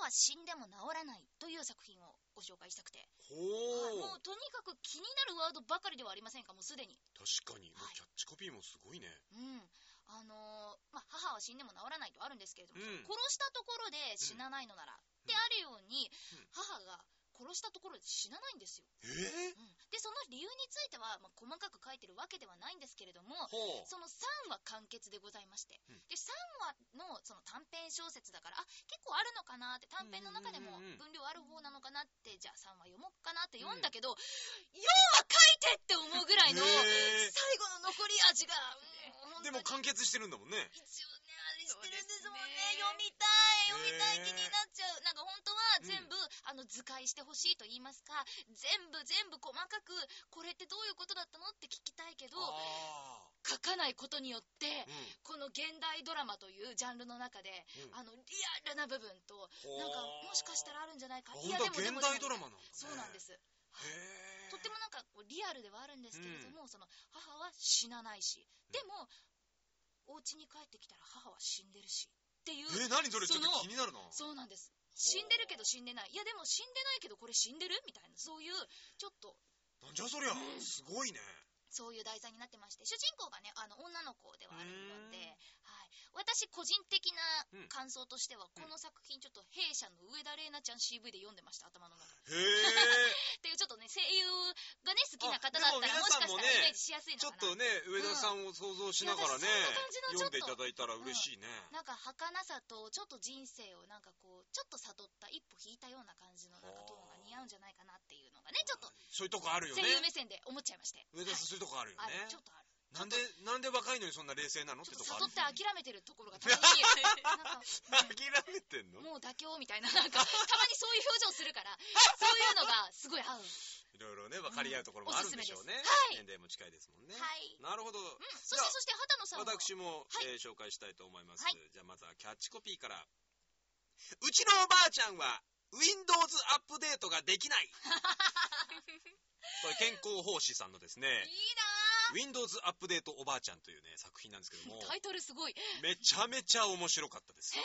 [SPEAKER 3] は死んでも治らないという作品をご紹介したくて。はいも
[SPEAKER 2] ほ
[SPEAKER 3] うとにかく気になるワードばかりではありませんか、もうすでに。
[SPEAKER 2] 確かに
[SPEAKER 3] もうキ
[SPEAKER 2] ャッチコピーもすごいね
[SPEAKER 3] うん。あのーまあ、母は死んでも治らないとあるんですけれども、
[SPEAKER 2] うん
[SPEAKER 3] 殺したところで死なないのなら、ってあるように、
[SPEAKER 2] うん
[SPEAKER 3] 母が殺したところで死なないんですよ。
[SPEAKER 2] えー、
[SPEAKER 3] うんで、その理由については、まあ、細かく書いてるわけではないんですけれども、
[SPEAKER 2] ほう
[SPEAKER 3] その3話完結でございまして、
[SPEAKER 2] うん
[SPEAKER 3] で3話のその短編小説だからあ結構あるのかなって短編の中で
[SPEAKER 2] うんう
[SPEAKER 3] も
[SPEAKER 2] んうんうん
[SPEAKER 3] 分量ある方なのかなってじゃあ3話読もうかなって読ん
[SPEAKER 2] うん
[SPEAKER 3] だけど、4話書いてって思うぐらいの
[SPEAKER 2] へ
[SPEAKER 3] 最
[SPEAKER 2] え
[SPEAKER 3] 後の残り味が、うん
[SPEAKER 2] でも
[SPEAKER 3] 本当に
[SPEAKER 2] 完結してるんだもんね
[SPEAKER 3] 一応ねあれしてるんですもんね
[SPEAKER 5] そ
[SPEAKER 3] 読
[SPEAKER 5] う
[SPEAKER 3] み
[SPEAKER 5] で
[SPEAKER 3] たい読みたい
[SPEAKER 2] へえ
[SPEAKER 3] 気になっちゃうなんか本当は全部、あの図解してほしいと言いますか全部全部細かくこれってどういうことだったのって聞きたいけど
[SPEAKER 2] あ
[SPEAKER 3] 書かないことによって、
[SPEAKER 2] ーう
[SPEAKER 3] この現代ドラマというジャンルの中で、
[SPEAKER 2] んうん
[SPEAKER 3] あのリアルな部分と、
[SPEAKER 2] ほう
[SPEAKER 3] なんかもしかしたらあるんじゃないか。
[SPEAKER 2] あ本当は現代ドラマなんだ、ね、
[SPEAKER 3] そうなんです。
[SPEAKER 2] へー
[SPEAKER 3] とってもなんかこうリアルではあるんですけれども、その母は死なないし、でも、お家に帰ってきたら母は死んでるしっていう、
[SPEAKER 2] えー、何それちょっと
[SPEAKER 3] その
[SPEAKER 2] 気になるな
[SPEAKER 3] そうなんです。死んでるけど死んでない。いやでも死んでないけどこれ死んでるみたいな、そういう、ちょっと、
[SPEAKER 2] なんじゃそりゃすごいね
[SPEAKER 3] そういう題材になってまして主人公がねあの女の子ではあるの
[SPEAKER 2] うー
[SPEAKER 3] で、
[SPEAKER 2] ん
[SPEAKER 3] はい、私個人的
[SPEAKER 2] うん
[SPEAKER 3] な感想としては、この作品ちょっと弊社の上田玲奈ちゃん CV で読んでました頭の中
[SPEAKER 2] へ
[SPEAKER 3] で [LAUGHS]
[SPEAKER 2] え。
[SPEAKER 3] っていうちょっとね声優がね好きな方だったら
[SPEAKER 2] あでも皆
[SPEAKER 3] もし
[SPEAKER 2] さん
[SPEAKER 3] かした
[SPEAKER 2] も
[SPEAKER 3] ら
[SPEAKER 2] ね
[SPEAKER 3] イメージしやすい
[SPEAKER 2] ちょ
[SPEAKER 3] の
[SPEAKER 2] っ
[SPEAKER 3] か
[SPEAKER 2] と
[SPEAKER 3] な。
[SPEAKER 2] ね、上田さんを想像しながらね
[SPEAKER 3] いや私そんな感じの
[SPEAKER 2] 読んでいただいたら嬉しいね。
[SPEAKER 3] なんか儚さとちょっと人生をなんかこうちょっと悟った一歩引いたような感じのなんかトーンが似合うんじゃないかなっていうのがねちょっと
[SPEAKER 2] そういうとこあるよ
[SPEAKER 3] 声
[SPEAKER 2] ね。
[SPEAKER 3] 優目線で思っちゃいまして、
[SPEAKER 2] 上田さんそういうとこあるよ
[SPEAKER 3] あ
[SPEAKER 2] ね
[SPEAKER 3] る。ちょっとある
[SPEAKER 2] なんで、なんで若いのにそんな冷静なのっ
[SPEAKER 3] ち
[SPEAKER 2] て
[SPEAKER 3] ょっ
[SPEAKER 2] と
[SPEAKER 3] と
[SPEAKER 2] こあ
[SPEAKER 3] 悟
[SPEAKER 2] る
[SPEAKER 3] っ。て諦めてるところがたまになんか
[SPEAKER 2] [LAUGHS] 諦めてんの
[SPEAKER 3] もう妥協みたいななんかたまにそういう表情するから
[SPEAKER 2] [LAUGHS]
[SPEAKER 3] そういうのがすごい合う、
[SPEAKER 2] いろいろね、分かり合うところもあるんでしょうね。
[SPEAKER 3] はい
[SPEAKER 2] 年齢も近いですもんね。
[SPEAKER 3] はい、
[SPEAKER 2] なるほど。
[SPEAKER 3] そしてそして畑野さんも
[SPEAKER 2] 私も、
[SPEAKER 3] はい
[SPEAKER 2] えー紹介したいと思います、
[SPEAKER 3] はい
[SPEAKER 2] じゃあまずはキャッチコピーからうちのおばあちゃんは Windows アップデートができない
[SPEAKER 3] [LAUGHS]
[SPEAKER 2] これ健康奉仕さんのですね
[SPEAKER 3] いいな
[SPEAKER 2] Windows アップデートおばあちゃんというね作品なんですけ
[SPEAKER 3] [LAUGHS]
[SPEAKER 2] ども
[SPEAKER 3] ータイトルすごいへえ
[SPEAKER 2] めちゃめちゃ面白かったです
[SPEAKER 3] ー、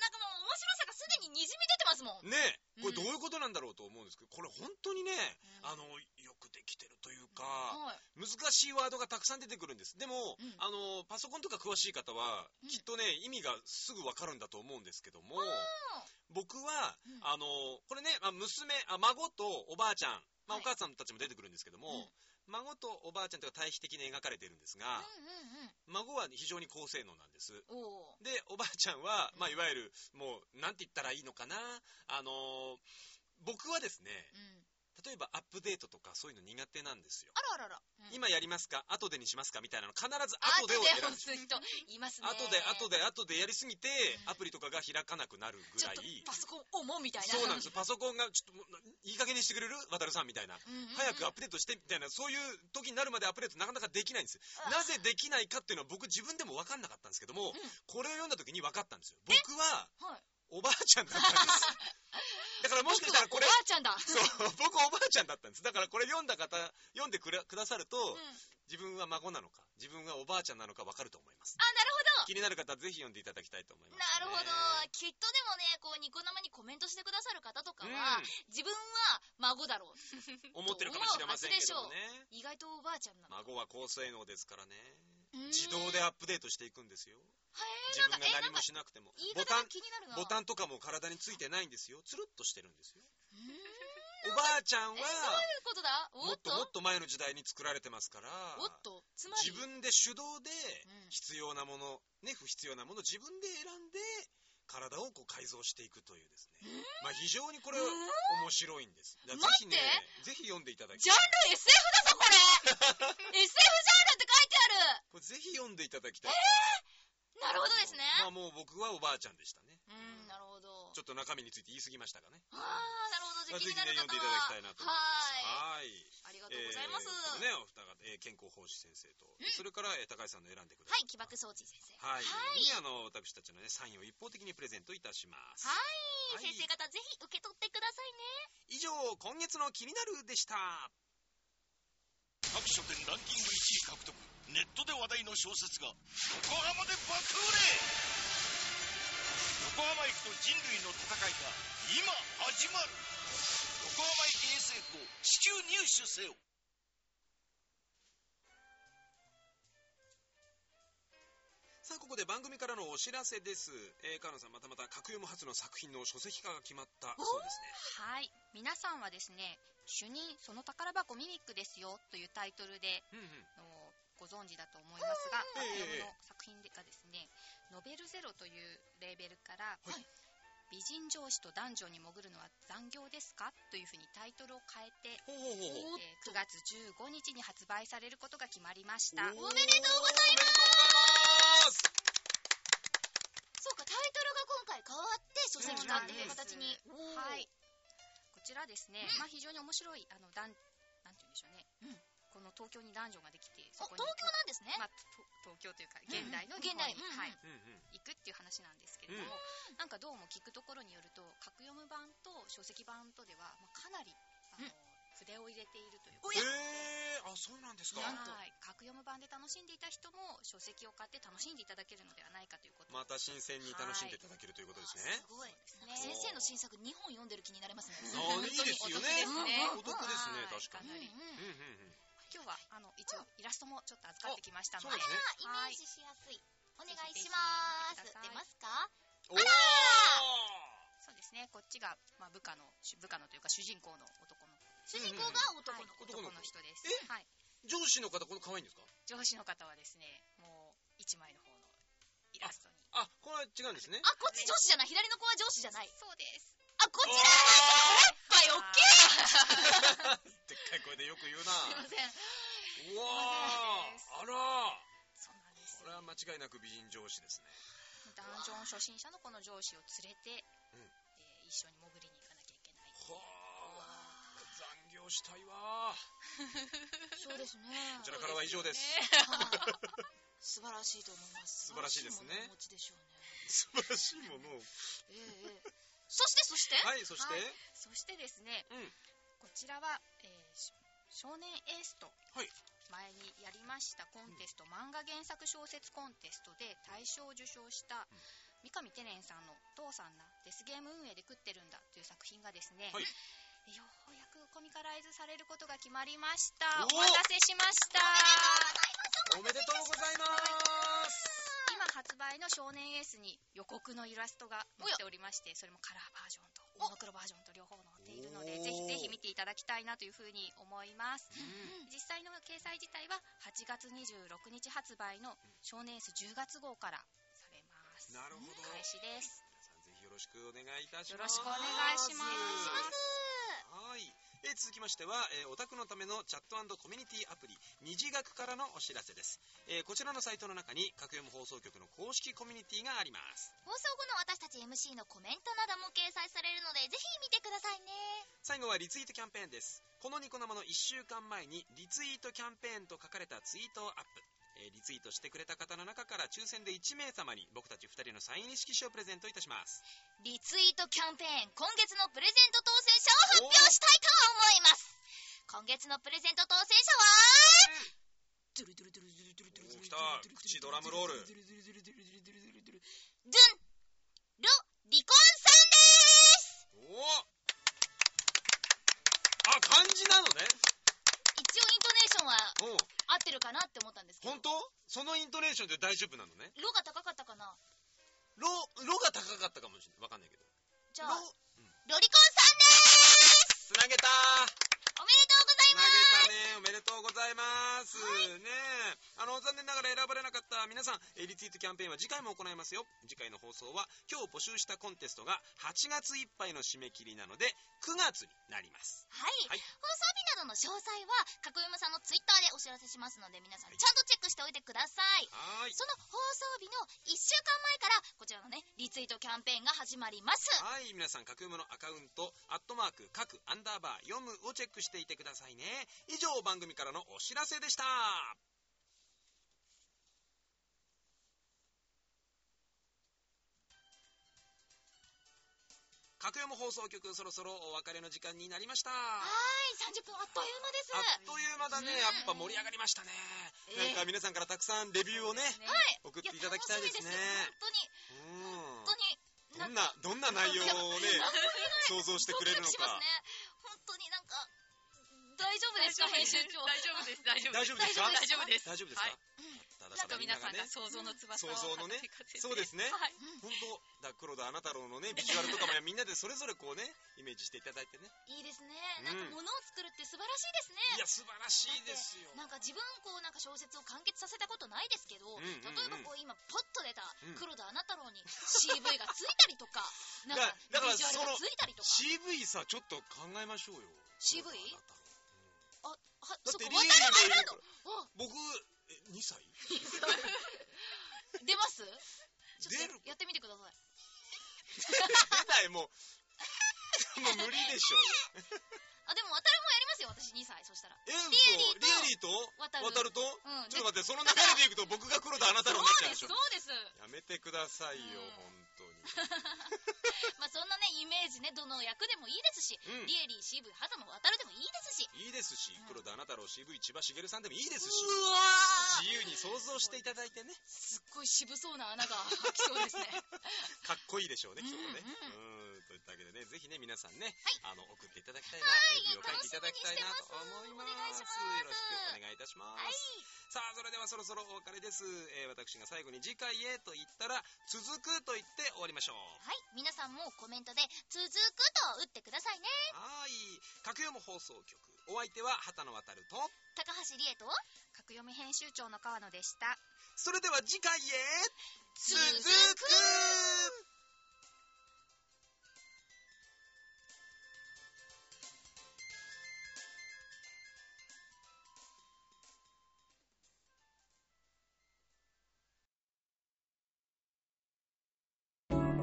[SPEAKER 3] なんかもう面白さがすでににじみ出てますもん
[SPEAKER 2] ねえこれどういうことなんだろうと思うんですけどこれ本当にねあのよくできてるというか、
[SPEAKER 3] はい
[SPEAKER 2] 難しいワードがたくさん出てくるんですでも、
[SPEAKER 3] ん
[SPEAKER 2] あのパソコンとか詳しい方は、
[SPEAKER 3] うん
[SPEAKER 2] きっとね意味がすぐ分かるんだと思うんですけども僕は、
[SPEAKER 3] うん
[SPEAKER 2] あのこれね、まあ娘あ孫とおばあちゃん、まあ
[SPEAKER 3] はい
[SPEAKER 2] お母さんたちも出てくるんですけども、
[SPEAKER 3] うん
[SPEAKER 2] 孫とおばあちゃんというのは対比的に描かれているんですが、孫は非常に高性能なんです
[SPEAKER 3] うんうんうんおー
[SPEAKER 2] でおばあちゃんは、まあ、いわゆるもうなんて言ったらいいのかなあの僕はですね
[SPEAKER 3] うん
[SPEAKER 2] 例えばアップデートとかそういうの苦手なんですよ
[SPEAKER 3] あらあらあら、うん
[SPEAKER 2] 今やりますか後でにしますかみたいなの必ず後
[SPEAKER 3] 後
[SPEAKER 2] で
[SPEAKER 3] で
[SPEAKER 2] を選ぶ
[SPEAKER 3] 押す人いますね。
[SPEAKER 2] 後で後
[SPEAKER 3] で。
[SPEAKER 2] で後でやりすぎて
[SPEAKER 3] うん
[SPEAKER 2] アプリとかが開かなくなるぐ
[SPEAKER 3] ちょ
[SPEAKER 2] ら
[SPEAKER 3] っ
[SPEAKER 2] い
[SPEAKER 3] とパソコンをもみたいな。
[SPEAKER 2] そうなんですパソコンがちょっともういい加減にしてくれる渡るさんみたいな
[SPEAKER 3] うんうんうん
[SPEAKER 2] 早くアップデートしてみたいなそういう時になるまでアップデートなかなかできないんですなぜできないかっていうのは僕自分でも分かんなかったんですけどもこれを読んだ時に分かったんですよ僕は
[SPEAKER 3] はい
[SPEAKER 2] おばあちゃんだったんです
[SPEAKER 3] [LAUGHS]
[SPEAKER 2] だからもしかしたらこ
[SPEAKER 3] お
[SPEAKER 2] れ
[SPEAKER 3] ばあちゃんだ。
[SPEAKER 2] そう僕おばあちゃんだったんですだからこれ読んだ方読んでくれくださると、
[SPEAKER 3] ん
[SPEAKER 2] 自分は孫なのか自分はおばあちゃんなのか分かると思います
[SPEAKER 3] あ、なるほど。
[SPEAKER 2] 気になる方はぜひ読んでいただきたいと思います、
[SPEAKER 3] なるほど。きっとでもね、こう、ニコ生にコメントしてくださる方とかは、自分は孫だろう。
[SPEAKER 2] 思ってるかもしれませんけどもね
[SPEAKER 3] 意外とおばあちゃんなの。
[SPEAKER 2] 孫は高性能ですからね
[SPEAKER 3] うん
[SPEAKER 2] 自動でアップデートしていくんですよ
[SPEAKER 3] へ
[SPEAKER 2] 自
[SPEAKER 3] ーな
[SPEAKER 2] 分
[SPEAKER 3] んか
[SPEAKER 2] が
[SPEAKER 3] え
[SPEAKER 2] 何もしなくても
[SPEAKER 3] 言い
[SPEAKER 2] ボ
[SPEAKER 3] 方
[SPEAKER 2] タ
[SPEAKER 3] が
[SPEAKER 2] ン
[SPEAKER 3] 気になるな。
[SPEAKER 2] ボタ
[SPEAKER 3] ン。
[SPEAKER 2] ンとかも体についてないんですよつるっとしてるんですよ
[SPEAKER 3] うーん。
[SPEAKER 2] おばあちゃんは
[SPEAKER 3] え、どういうことだお
[SPEAKER 2] も
[SPEAKER 3] っ
[SPEAKER 2] っと
[SPEAKER 3] と
[SPEAKER 2] もっと前の時代に作られてますから
[SPEAKER 3] おっとつまり。
[SPEAKER 2] 自分で手動で
[SPEAKER 3] うん
[SPEAKER 2] 必要なもの、ね、不必要なもの自分で選んで体をこう改造していくというですね、まあ、非常にこれ
[SPEAKER 3] うー
[SPEAKER 2] 面白いんですだからぜひねぜひ読んでいただき
[SPEAKER 3] ジャンル SF
[SPEAKER 2] [LAUGHS]
[SPEAKER 3] だぞ、これ !SF ジャンルって書いてあ
[SPEAKER 2] これぜひ読んでいただきたい、
[SPEAKER 3] るなるほどですね。
[SPEAKER 2] まあもう僕はおばあちゃんでしたね
[SPEAKER 3] うーん、なるほど。
[SPEAKER 2] ちょっと中身について言い過ぎましたがね
[SPEAKER 3] ああ、なるほど。じゃ
[SPEAKER 2] まあ
[SPEAKER 3] あ気
[SPEAKER 2] ぜひ
[SPEAKER 3] にな
[SPEAKER 2] ね
[SPEAKER 3] る
[SPEAKER 2] 読んで
[SPEAKER 3] 方
[SPEAKER 2] いただきたいなと思い
[SPEAKER 3] はーい。
[SPEAKER 2] ますはい
[SPEAKER 3] ありが
[SPEAKER 2] あ
[SPEAKER 3] とうございます。
[SPEAKER 2] ねお二方、えー健康奉仕先生と、それから、えー高橋さんの選んでくださ
[SPEAKER 3] は
[SPEAKER 2] い
[SPEAKER 3] い、起爆装置先生。
[SPEAKER 2] はい、
[SPEAKER 3] はい
[SPEAKER 2] にあの私たちのねサインを一方的にプレゼントいたします
[SPEAKER 3] はい、
[SPEAKER 2] はい
[SPEAKER 3] 先生方ぜひ受け取ってくださいね。
[SPEAKER 2] 以上今月の気になるでした
[SPEAKER 6] 各書店ランキング1位獲得ネットで話題の小説が横浜で爆売れ横浜駅と人類の戦いが今始まる横浜駅 SF を至急入手せよ
[SPEAKER 2] さあここで番組からのお知らせです、えー、カーノンさんまたまた格読む初の作品の書籍化が決まったそうですね
[SPEAKER 4] はい皆さんはですね「主任その宝箱ミミックですよ」というタイトルで
[SPEAKER 2] うんうん
[SPEAKER 4] あのご存知だと思いますが、
[SPEAKER 2] うんうんええ
[SPEAKER 4] この作品がですね「ノベルゼロ」というレーベルから、
[SPEAKER 2] はい
[SPEAKER 4] 美人上司と男女に潜るのは残業ですか?」というふうにタイトルを変えて、
[SPEAKER 2] ほうほうほうほう
[SPEAKER 4] えー9月15日に発売されることが決まりました
[SPEAKER 2] おめでとうございます
[SPEAKER 3] そうか、タイトルが今回変わって書籍化っていう形に。
[SPEAKER 4] はい。こちらですね、まあ非常に面白いあの男なんて言うんでしょうね、この東京に男女ができて
[SPEAKER 3] お、
[SPEAKER 4] そこ
[SPEAKER 3] 東
[SPEAKER 4] に
[SPEAKER 3] 京なんですね。
[SPEAKER 4] まあ、と東京というか現代
[SPEAKER 3] うん
[SPEAKER 4] の日本
[SPEAKER 3] 現代
[SPEAKER 4] に、
[SPEAKER 3] うん
[SPEAKER 4] はい、
[SPEAKER 2] おめでとうございますうんうん
[SPEAKER 4] 行くっていう話なんですけれども、なんかどうも聞くところによると格読む版と書籍版とでは、まあ、かなりあ
[SPEAKER 3] う
[SPEAKER 4] の、
[SPEAKER 3] ん
[SPEAKER 4] 筆を入れているという
[SPEAKER 3] おや
[SPEAKER 4] か
[SPEAKER 2] えー、あそうなんですか
[SPEAKER 3] なんと
[SPEAKER 4] はい格読む版で楽しんでいた人も書籍を買って楽しんでいただけるのではないかということ
[SPEAKER 2] また新鮮に楽しんでいただけるということですね、
[SPEAKER 3] すごい。なんか先生の新作2本読んでる気になりますね。
[SPEAKER 2] あーいいですよね
[SPEAKER 4] お得ですね
[SPEAKER 2] お得ですね確か
[SPEAKER 4] はい
[SPEAKER 2] に、
[SPEAKER 3] うんうん
[SPEAKER 2] うんうんうん
[SPEAKER 4] 今日は、あの、一応、イラストもちょっと預かってきました
[SPEAKER 2] そ
[SPEAKER 4] の
[SPEAKER 2] う
[SPEAKER 4] で
[SPEAKER 2] で、すね。
[SPEAKER 3] あ、イメージしやすい。お願いします。
[SPEAKER 4] ぜひぜ
[SPEAKER 3] 出
[SPEAKER 4] ひ見てください
[SPEAKER 3] ますか
[SPEAKER 2] おー
[SPEAKER 4] そうですね、こっちが、まあ、部下の、し部下のというか主人公の男の
[SPEAKER 3] 主人公が男の子。
[SPEAKER 4] 子、
[SPEAKER 2] 男の子
[SPEAKER 4] 男の人です。
[SPEAKER 2] え
[SPEAKER 4] はい。
[SPEAKER 2] 上司の方、この可愛いんですか
[SPEAKER 4] 上司の方はですね、もう、一枚の方のイラストに。
[SPEAKER 2] あ、これは違うんですね。
[SPEAKER 3] あ、こっち女子じゃない。左の子は上司じゃない。
[SPEAKER 4] そうです。
[SPEAKER 3] あ、こっちだおっぱいおっきい
[SPEAKER 2] でっかい声でよく言う
[SPEAKER 4] すい
[SPEAKER 2] な。
[SPEAKER 4] ません。
[SPEAKER 2] うわーあらー
[SPEAKER 4] そうなんです
[SPEAKER 2] こ。れは間違いなく美人上司ですね。
[SPEAKER 4] ダンジョン初心者のこの上司を連れて、
[SPEAKER 2] うん
[SPEAKER 4] えー一緒に潜りに行かなきゃいけない。
[SPEAKER 2] はあ残業したいわー
[SPEAKER 3] そうですね。
[SPEAKER 2] こちらからは以上です。
[SPEAKER 3] 素晴らしいと思います。
[SPEAKER 2] 素晴らしいですね
[SPEAKER 3] 素晴らしいものをお持ちでしょう
[SPEAKER 2] 素晴らしいものを。
[SPEAKER 3] ね。ええええそして、そして、
[SPEAKER 2] はい、そして、
[SPEAKER 4] はい [LAUGHS] そしてですね、
[SPEAKER 2] うん
[SPEAKER 4] こちらは、えーし少年エースと
[SPEAKER 2] はい
[SPEAKER 4] 前にやりましたコンテスト、漫画原作小説コンテストで大賞を受賞した
[SPEAKER 2] うん
[SPEAKER 4] 三上テレンさんの「父さんなデスゲーム運営で食ってるんだ」という作品がですね、
[SPEAKER 2] はい
[SPEAKER 4] ようやくコミカライズされることが決まりました
[SPEAKER 2] お
[SPEAKER 4] お
[SPEAKER 2] ー
[SPEAKER 4] 待たせしました
[SPEAKER 2] おめでとうございます。
[SPEAKER 4] 今発売の「少年エース」に予告のイラストが載っておりましてそれもカラーバージョンとモノクロバージョンと両方載っているので
[SPEAKER 2] おー
[SPEAKER 4] ぜひぜひ見ていただきたいなというふうに思います
[SPEAKER 2] うん
[SPEAKER 4] 実際の掲載自体は8月26日発売の「少年エース」10月号からされます
[SPEAKER 2] なるほど。
[SPEAKER 4] 開始です
[SPEAKER 2] 皆さんぜひよろしくお願いいたします。
[SPEAKER 4] よろしくお願いします
[SPEAKER 2] はい。えー続きましては、えーオタクのためのチャットコミュニティアプリ、二次学からのお知らせです。えーこちらのサイトの中に、各読む放送局の公式コミュニティがあります。
[SPEAKER 3] 放送後の私たち MC のコメントなども掲載されるので、ぜひ見てくださいね。
[SPEAKER 2] 最後はリツイートキャンペーンです。このニコ生の1週間前に、リツイートキャンペーンと書かれたツイートをアップ。えーリツイートしてくれた方の中から抽選で1名様に僕たち2人のサイン入り色紙をプレゼントいたします。
[SPEAKER 3] リツイートキャンペーン、今月のプレゼント当選者を発表したいと思います。今月のプレゼント当選者は、
[SPEAKER 2] おー来た口ドラムロール
[SPEAKER 3] ドゥンロ、離婚さんです
[SPEAKER 2] おおあ、漢字なのね。
[SPEAKER 3] 一応イントネーションは
[SPEAKER 2] うん。
[SPEAKER 3] 合ってるかなって思ったんですけど。
[SPEAKER 2] 本当そのイントネーションで大丈夫なのね。
[SPEAKER 3] ロが高かったかな
[SPEAKER 2] ロ、ロが高かったかもしれない。わかんないけど。
[SPEAKER 3] じ
[SPEAKER 2] ロ
[SPEAKER 3] ゃあ、ロ、リコンさんです
[SPEAKER 2] つなげた
[SPEAKER 3] おめでとうござい
[SPEAKER 2] 投げ
[SPEAKER 3] ます
[SPEAKER 2] たねおめでとうございます、ねえあの残念ながら選ばれなかった皆さんえーリツイートキャンペーンは次回も行いますよ次回の放送は今日募集したコンテストが8月いっぱいの締め切りなので9月になります
[SPEAKER 3] は
[SPEAKER 2] はい
[SPEAKER 3] い、放送日などの詳細は、かくゆむさんのツイッターでお知らせしますので、皆さんちゃんとチェックしておいてください。
[SPEAKER 2] はーい
[SPEAKER 3] その放送日の1週間前から、こちらのね、リツイートキャンペーンが始まります。
[SPEAKER 2] はい皆さん各夢のアカウントアットマーク各アンダーバー読むをチェックしていてくださいね以上番組からのお知らせでした各読む放送局そろそろお別れの時間になりました
[SPEAKER 3] はーい、30分あっという
[SPEAKER 2] あ
[SPEAKER 3] 間です。
[SPEAKER 2] っという間だね、やっぱ盛り上がりましたね、なんか皆さんからたくさんレビューをね
[SPEAKER 3] は
[SPEAKER 2] 送っ
[SPEAKER 3] い。
[SPEAKER 2] ていただきたいですね
[SPEAKER 3] や楽しみで
[SPEAKER 2] うん
[SPEAKER 3] すよ本当に、
[SPEAKER 2] どんなどんな内容をね想像して
[SPEAKER 3] 本
[SPEAKER 2] くれ
[SPEAKER 3] 当に、
[SPEAKER 2] るの
[SPEAKER 3] ドキドキしま
[SPEAKER 2] か
[SPEAKER 3] すね。本当になんか、大丈夫ですか、編集長。
[SPEAKER 5] 大丈夫です、大丈夫
[SPEAKER 2] 大
[SPEAKER 5] です。
[SPEAKER 2] 丈夫ですか
[SPEAKER 5] 大丈夫です。
[SPEAKER 2] 大丈夫ですか、
[SPEAKER 5] はい
[SPEAKER 2] ただ
[SPEAKER 5] ちょっと皆さん
[SPEAKER 2] ね
[SPEAKER 5] が想像の翼を
[SPEAKER 2] 想像のね
[SPEAKER 5] 羽ばたかせて
[SPEAKER 2] そうですね
[SPEAKER 5] はい。
[SPEAKER 2] 本当だ黒田あなたろうのねビジュアルとかもねみんなでそれぞれこうねイメージしていただいてね
[SPEAKER 3] いいですね。
[SPEAKER 2] うん
[SPEAKER 3] なんか物を作るって素晴らしいですね。
[SPEAKER 2] いや素晴らしいですよ
[SPEAKER 3] なんか自分こうなんか小説を完結させたことないですけど、
[SPEAKER 2] んうんうん
[SPEAKER 3] 例えばこう今ポッと出た
[SPEAKER 2] うん
[SPEAKER 3] 黒田あなたろうに CV がついたりとか、なんか
[SPEAKER 2] だから
[SPEAKER 3] ビジュアルがついたりとか、
[SPEAKER 2] CV さちょっと考えましょうよ黒
[SPEAKER 3] CV
[SPEAKER 2] 田あなたろ
[SPEAKER 3] あ、
[SPEAKER 2] う
[SPEAKER 3] は、
[SPEAKER 2] だってリーグ
[SPEAKER 3] そこ渡
[SPEAKER 2] で僕
[SPEAKER 3] る渡るの、
[SPEAKER 2] え2歳
[SPEAKER 3] お出ますち
[SPEAKER 2] 出
[SPEAKER 3] ょっ
[SPEAKER 2] る
[SPEAKER 3] とやってみてください。
[SPEAKER 2] 出ないもうもう無理でしょ
[SPEAKER 3] あ、でも渡るもやりますよ、私2歳、そしたら。
[SPEAKER 2] え
[SPEAKER 3] リ
[SPEAKER 2] 嘘リエリーと
[SPEAKER 3] 渡
[SPEAKER 2] 渡る
[SPEAKER 3] る
[SPEAKER 2] と
[SPEAKER 3] うん。
[SPEAKER 2] ちょっ
[SPEAKER 3] で
[SPEAKER 2] と待ってその流れでいくと僕が黒田あなたろうになっちゃうでし
[SPEAKER 3] そ
[SPEAKER 2] ょ
[SPEAKER 3] うです、そう
[SPEAKER 2] やめ
[SPEAKER 3] です。
[SPEAKER 2] てくださいよ
[SPEAKER 3] うん
[SPEAKER 2] 本当に
[SPEAKER 3] まあそんなね、イメージね、どの役でもいいですし、
[SPEAKER 2] うん
[SPEAKER 3] リエリー、CV、畑野渡るでもいいですし。
[SPEAKER 2] いいですし、黒田あなたろう渋い千葉茂さんでもいいですし、
[SPEAKER 3] うわ
[SPEAKER 2] 自由
[SPEAKER 3] ー
[SPEAKER 2] に想像していただいてね、
[SPEAKER 3] すっごい渋そうな穴が開きそうですね。
[SPEAKER 2] かっこいいでしょうね、きっとね。
[SPEAKER 3] う
[SPEAKER 2] うんというわけでね、ぜひね、皆さんね、あの、送っていただきたいな、レビューを書いてい
[SPEAKER 3] 楽しみ
[SPEAKER 2] ただ
[SPEAKER 3] に
[SPEAKER 2] き
[SPEAKER 3] した
[SPEAKER 2] い
[SPEAKER 3] て
[SPEAKER 2] な
[SPEAKER 3] ま
[SPEAKER 2] と思います。
[SPEAKER 3] すお願いします
[SPEAKER 2] よろしくお願いいたします。さあ、それではそろそろお別れです。えー私が最後に次回へと言ったら、続くと言って終わりましょう。
[SPEAKER 3] はい、皆さんもコメントで、続くと打ってくださいね。
[SPEAKER 2] はーい。格読む放送局。お相手は、畑野渡ると、
[SPEAKER 3] 高橋理恵と、
[SPEAKER 4] 角読み編集長の川野でした。
[SPEAKER 2] それでは次回へ、
[SPEAKER 3] 続
[SPEAKER 2] く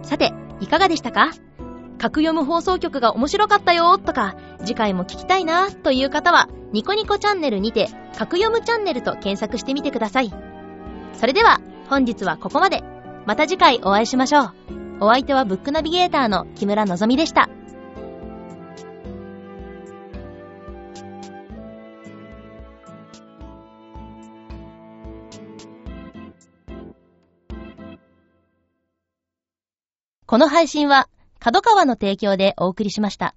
[SPEAKER 1] さて、いかがでしたか格読む放送局が面白かったよとか、次回も聞きたいなという方は、ニコニコチャンネルにて、格読むチャンネルと検索してみてください。それでは、本日はここまで。また次回お会いしましょう。お相手はブックナビゲーターの木村のぞみでした。この配信は、角川の提供でお送りしました。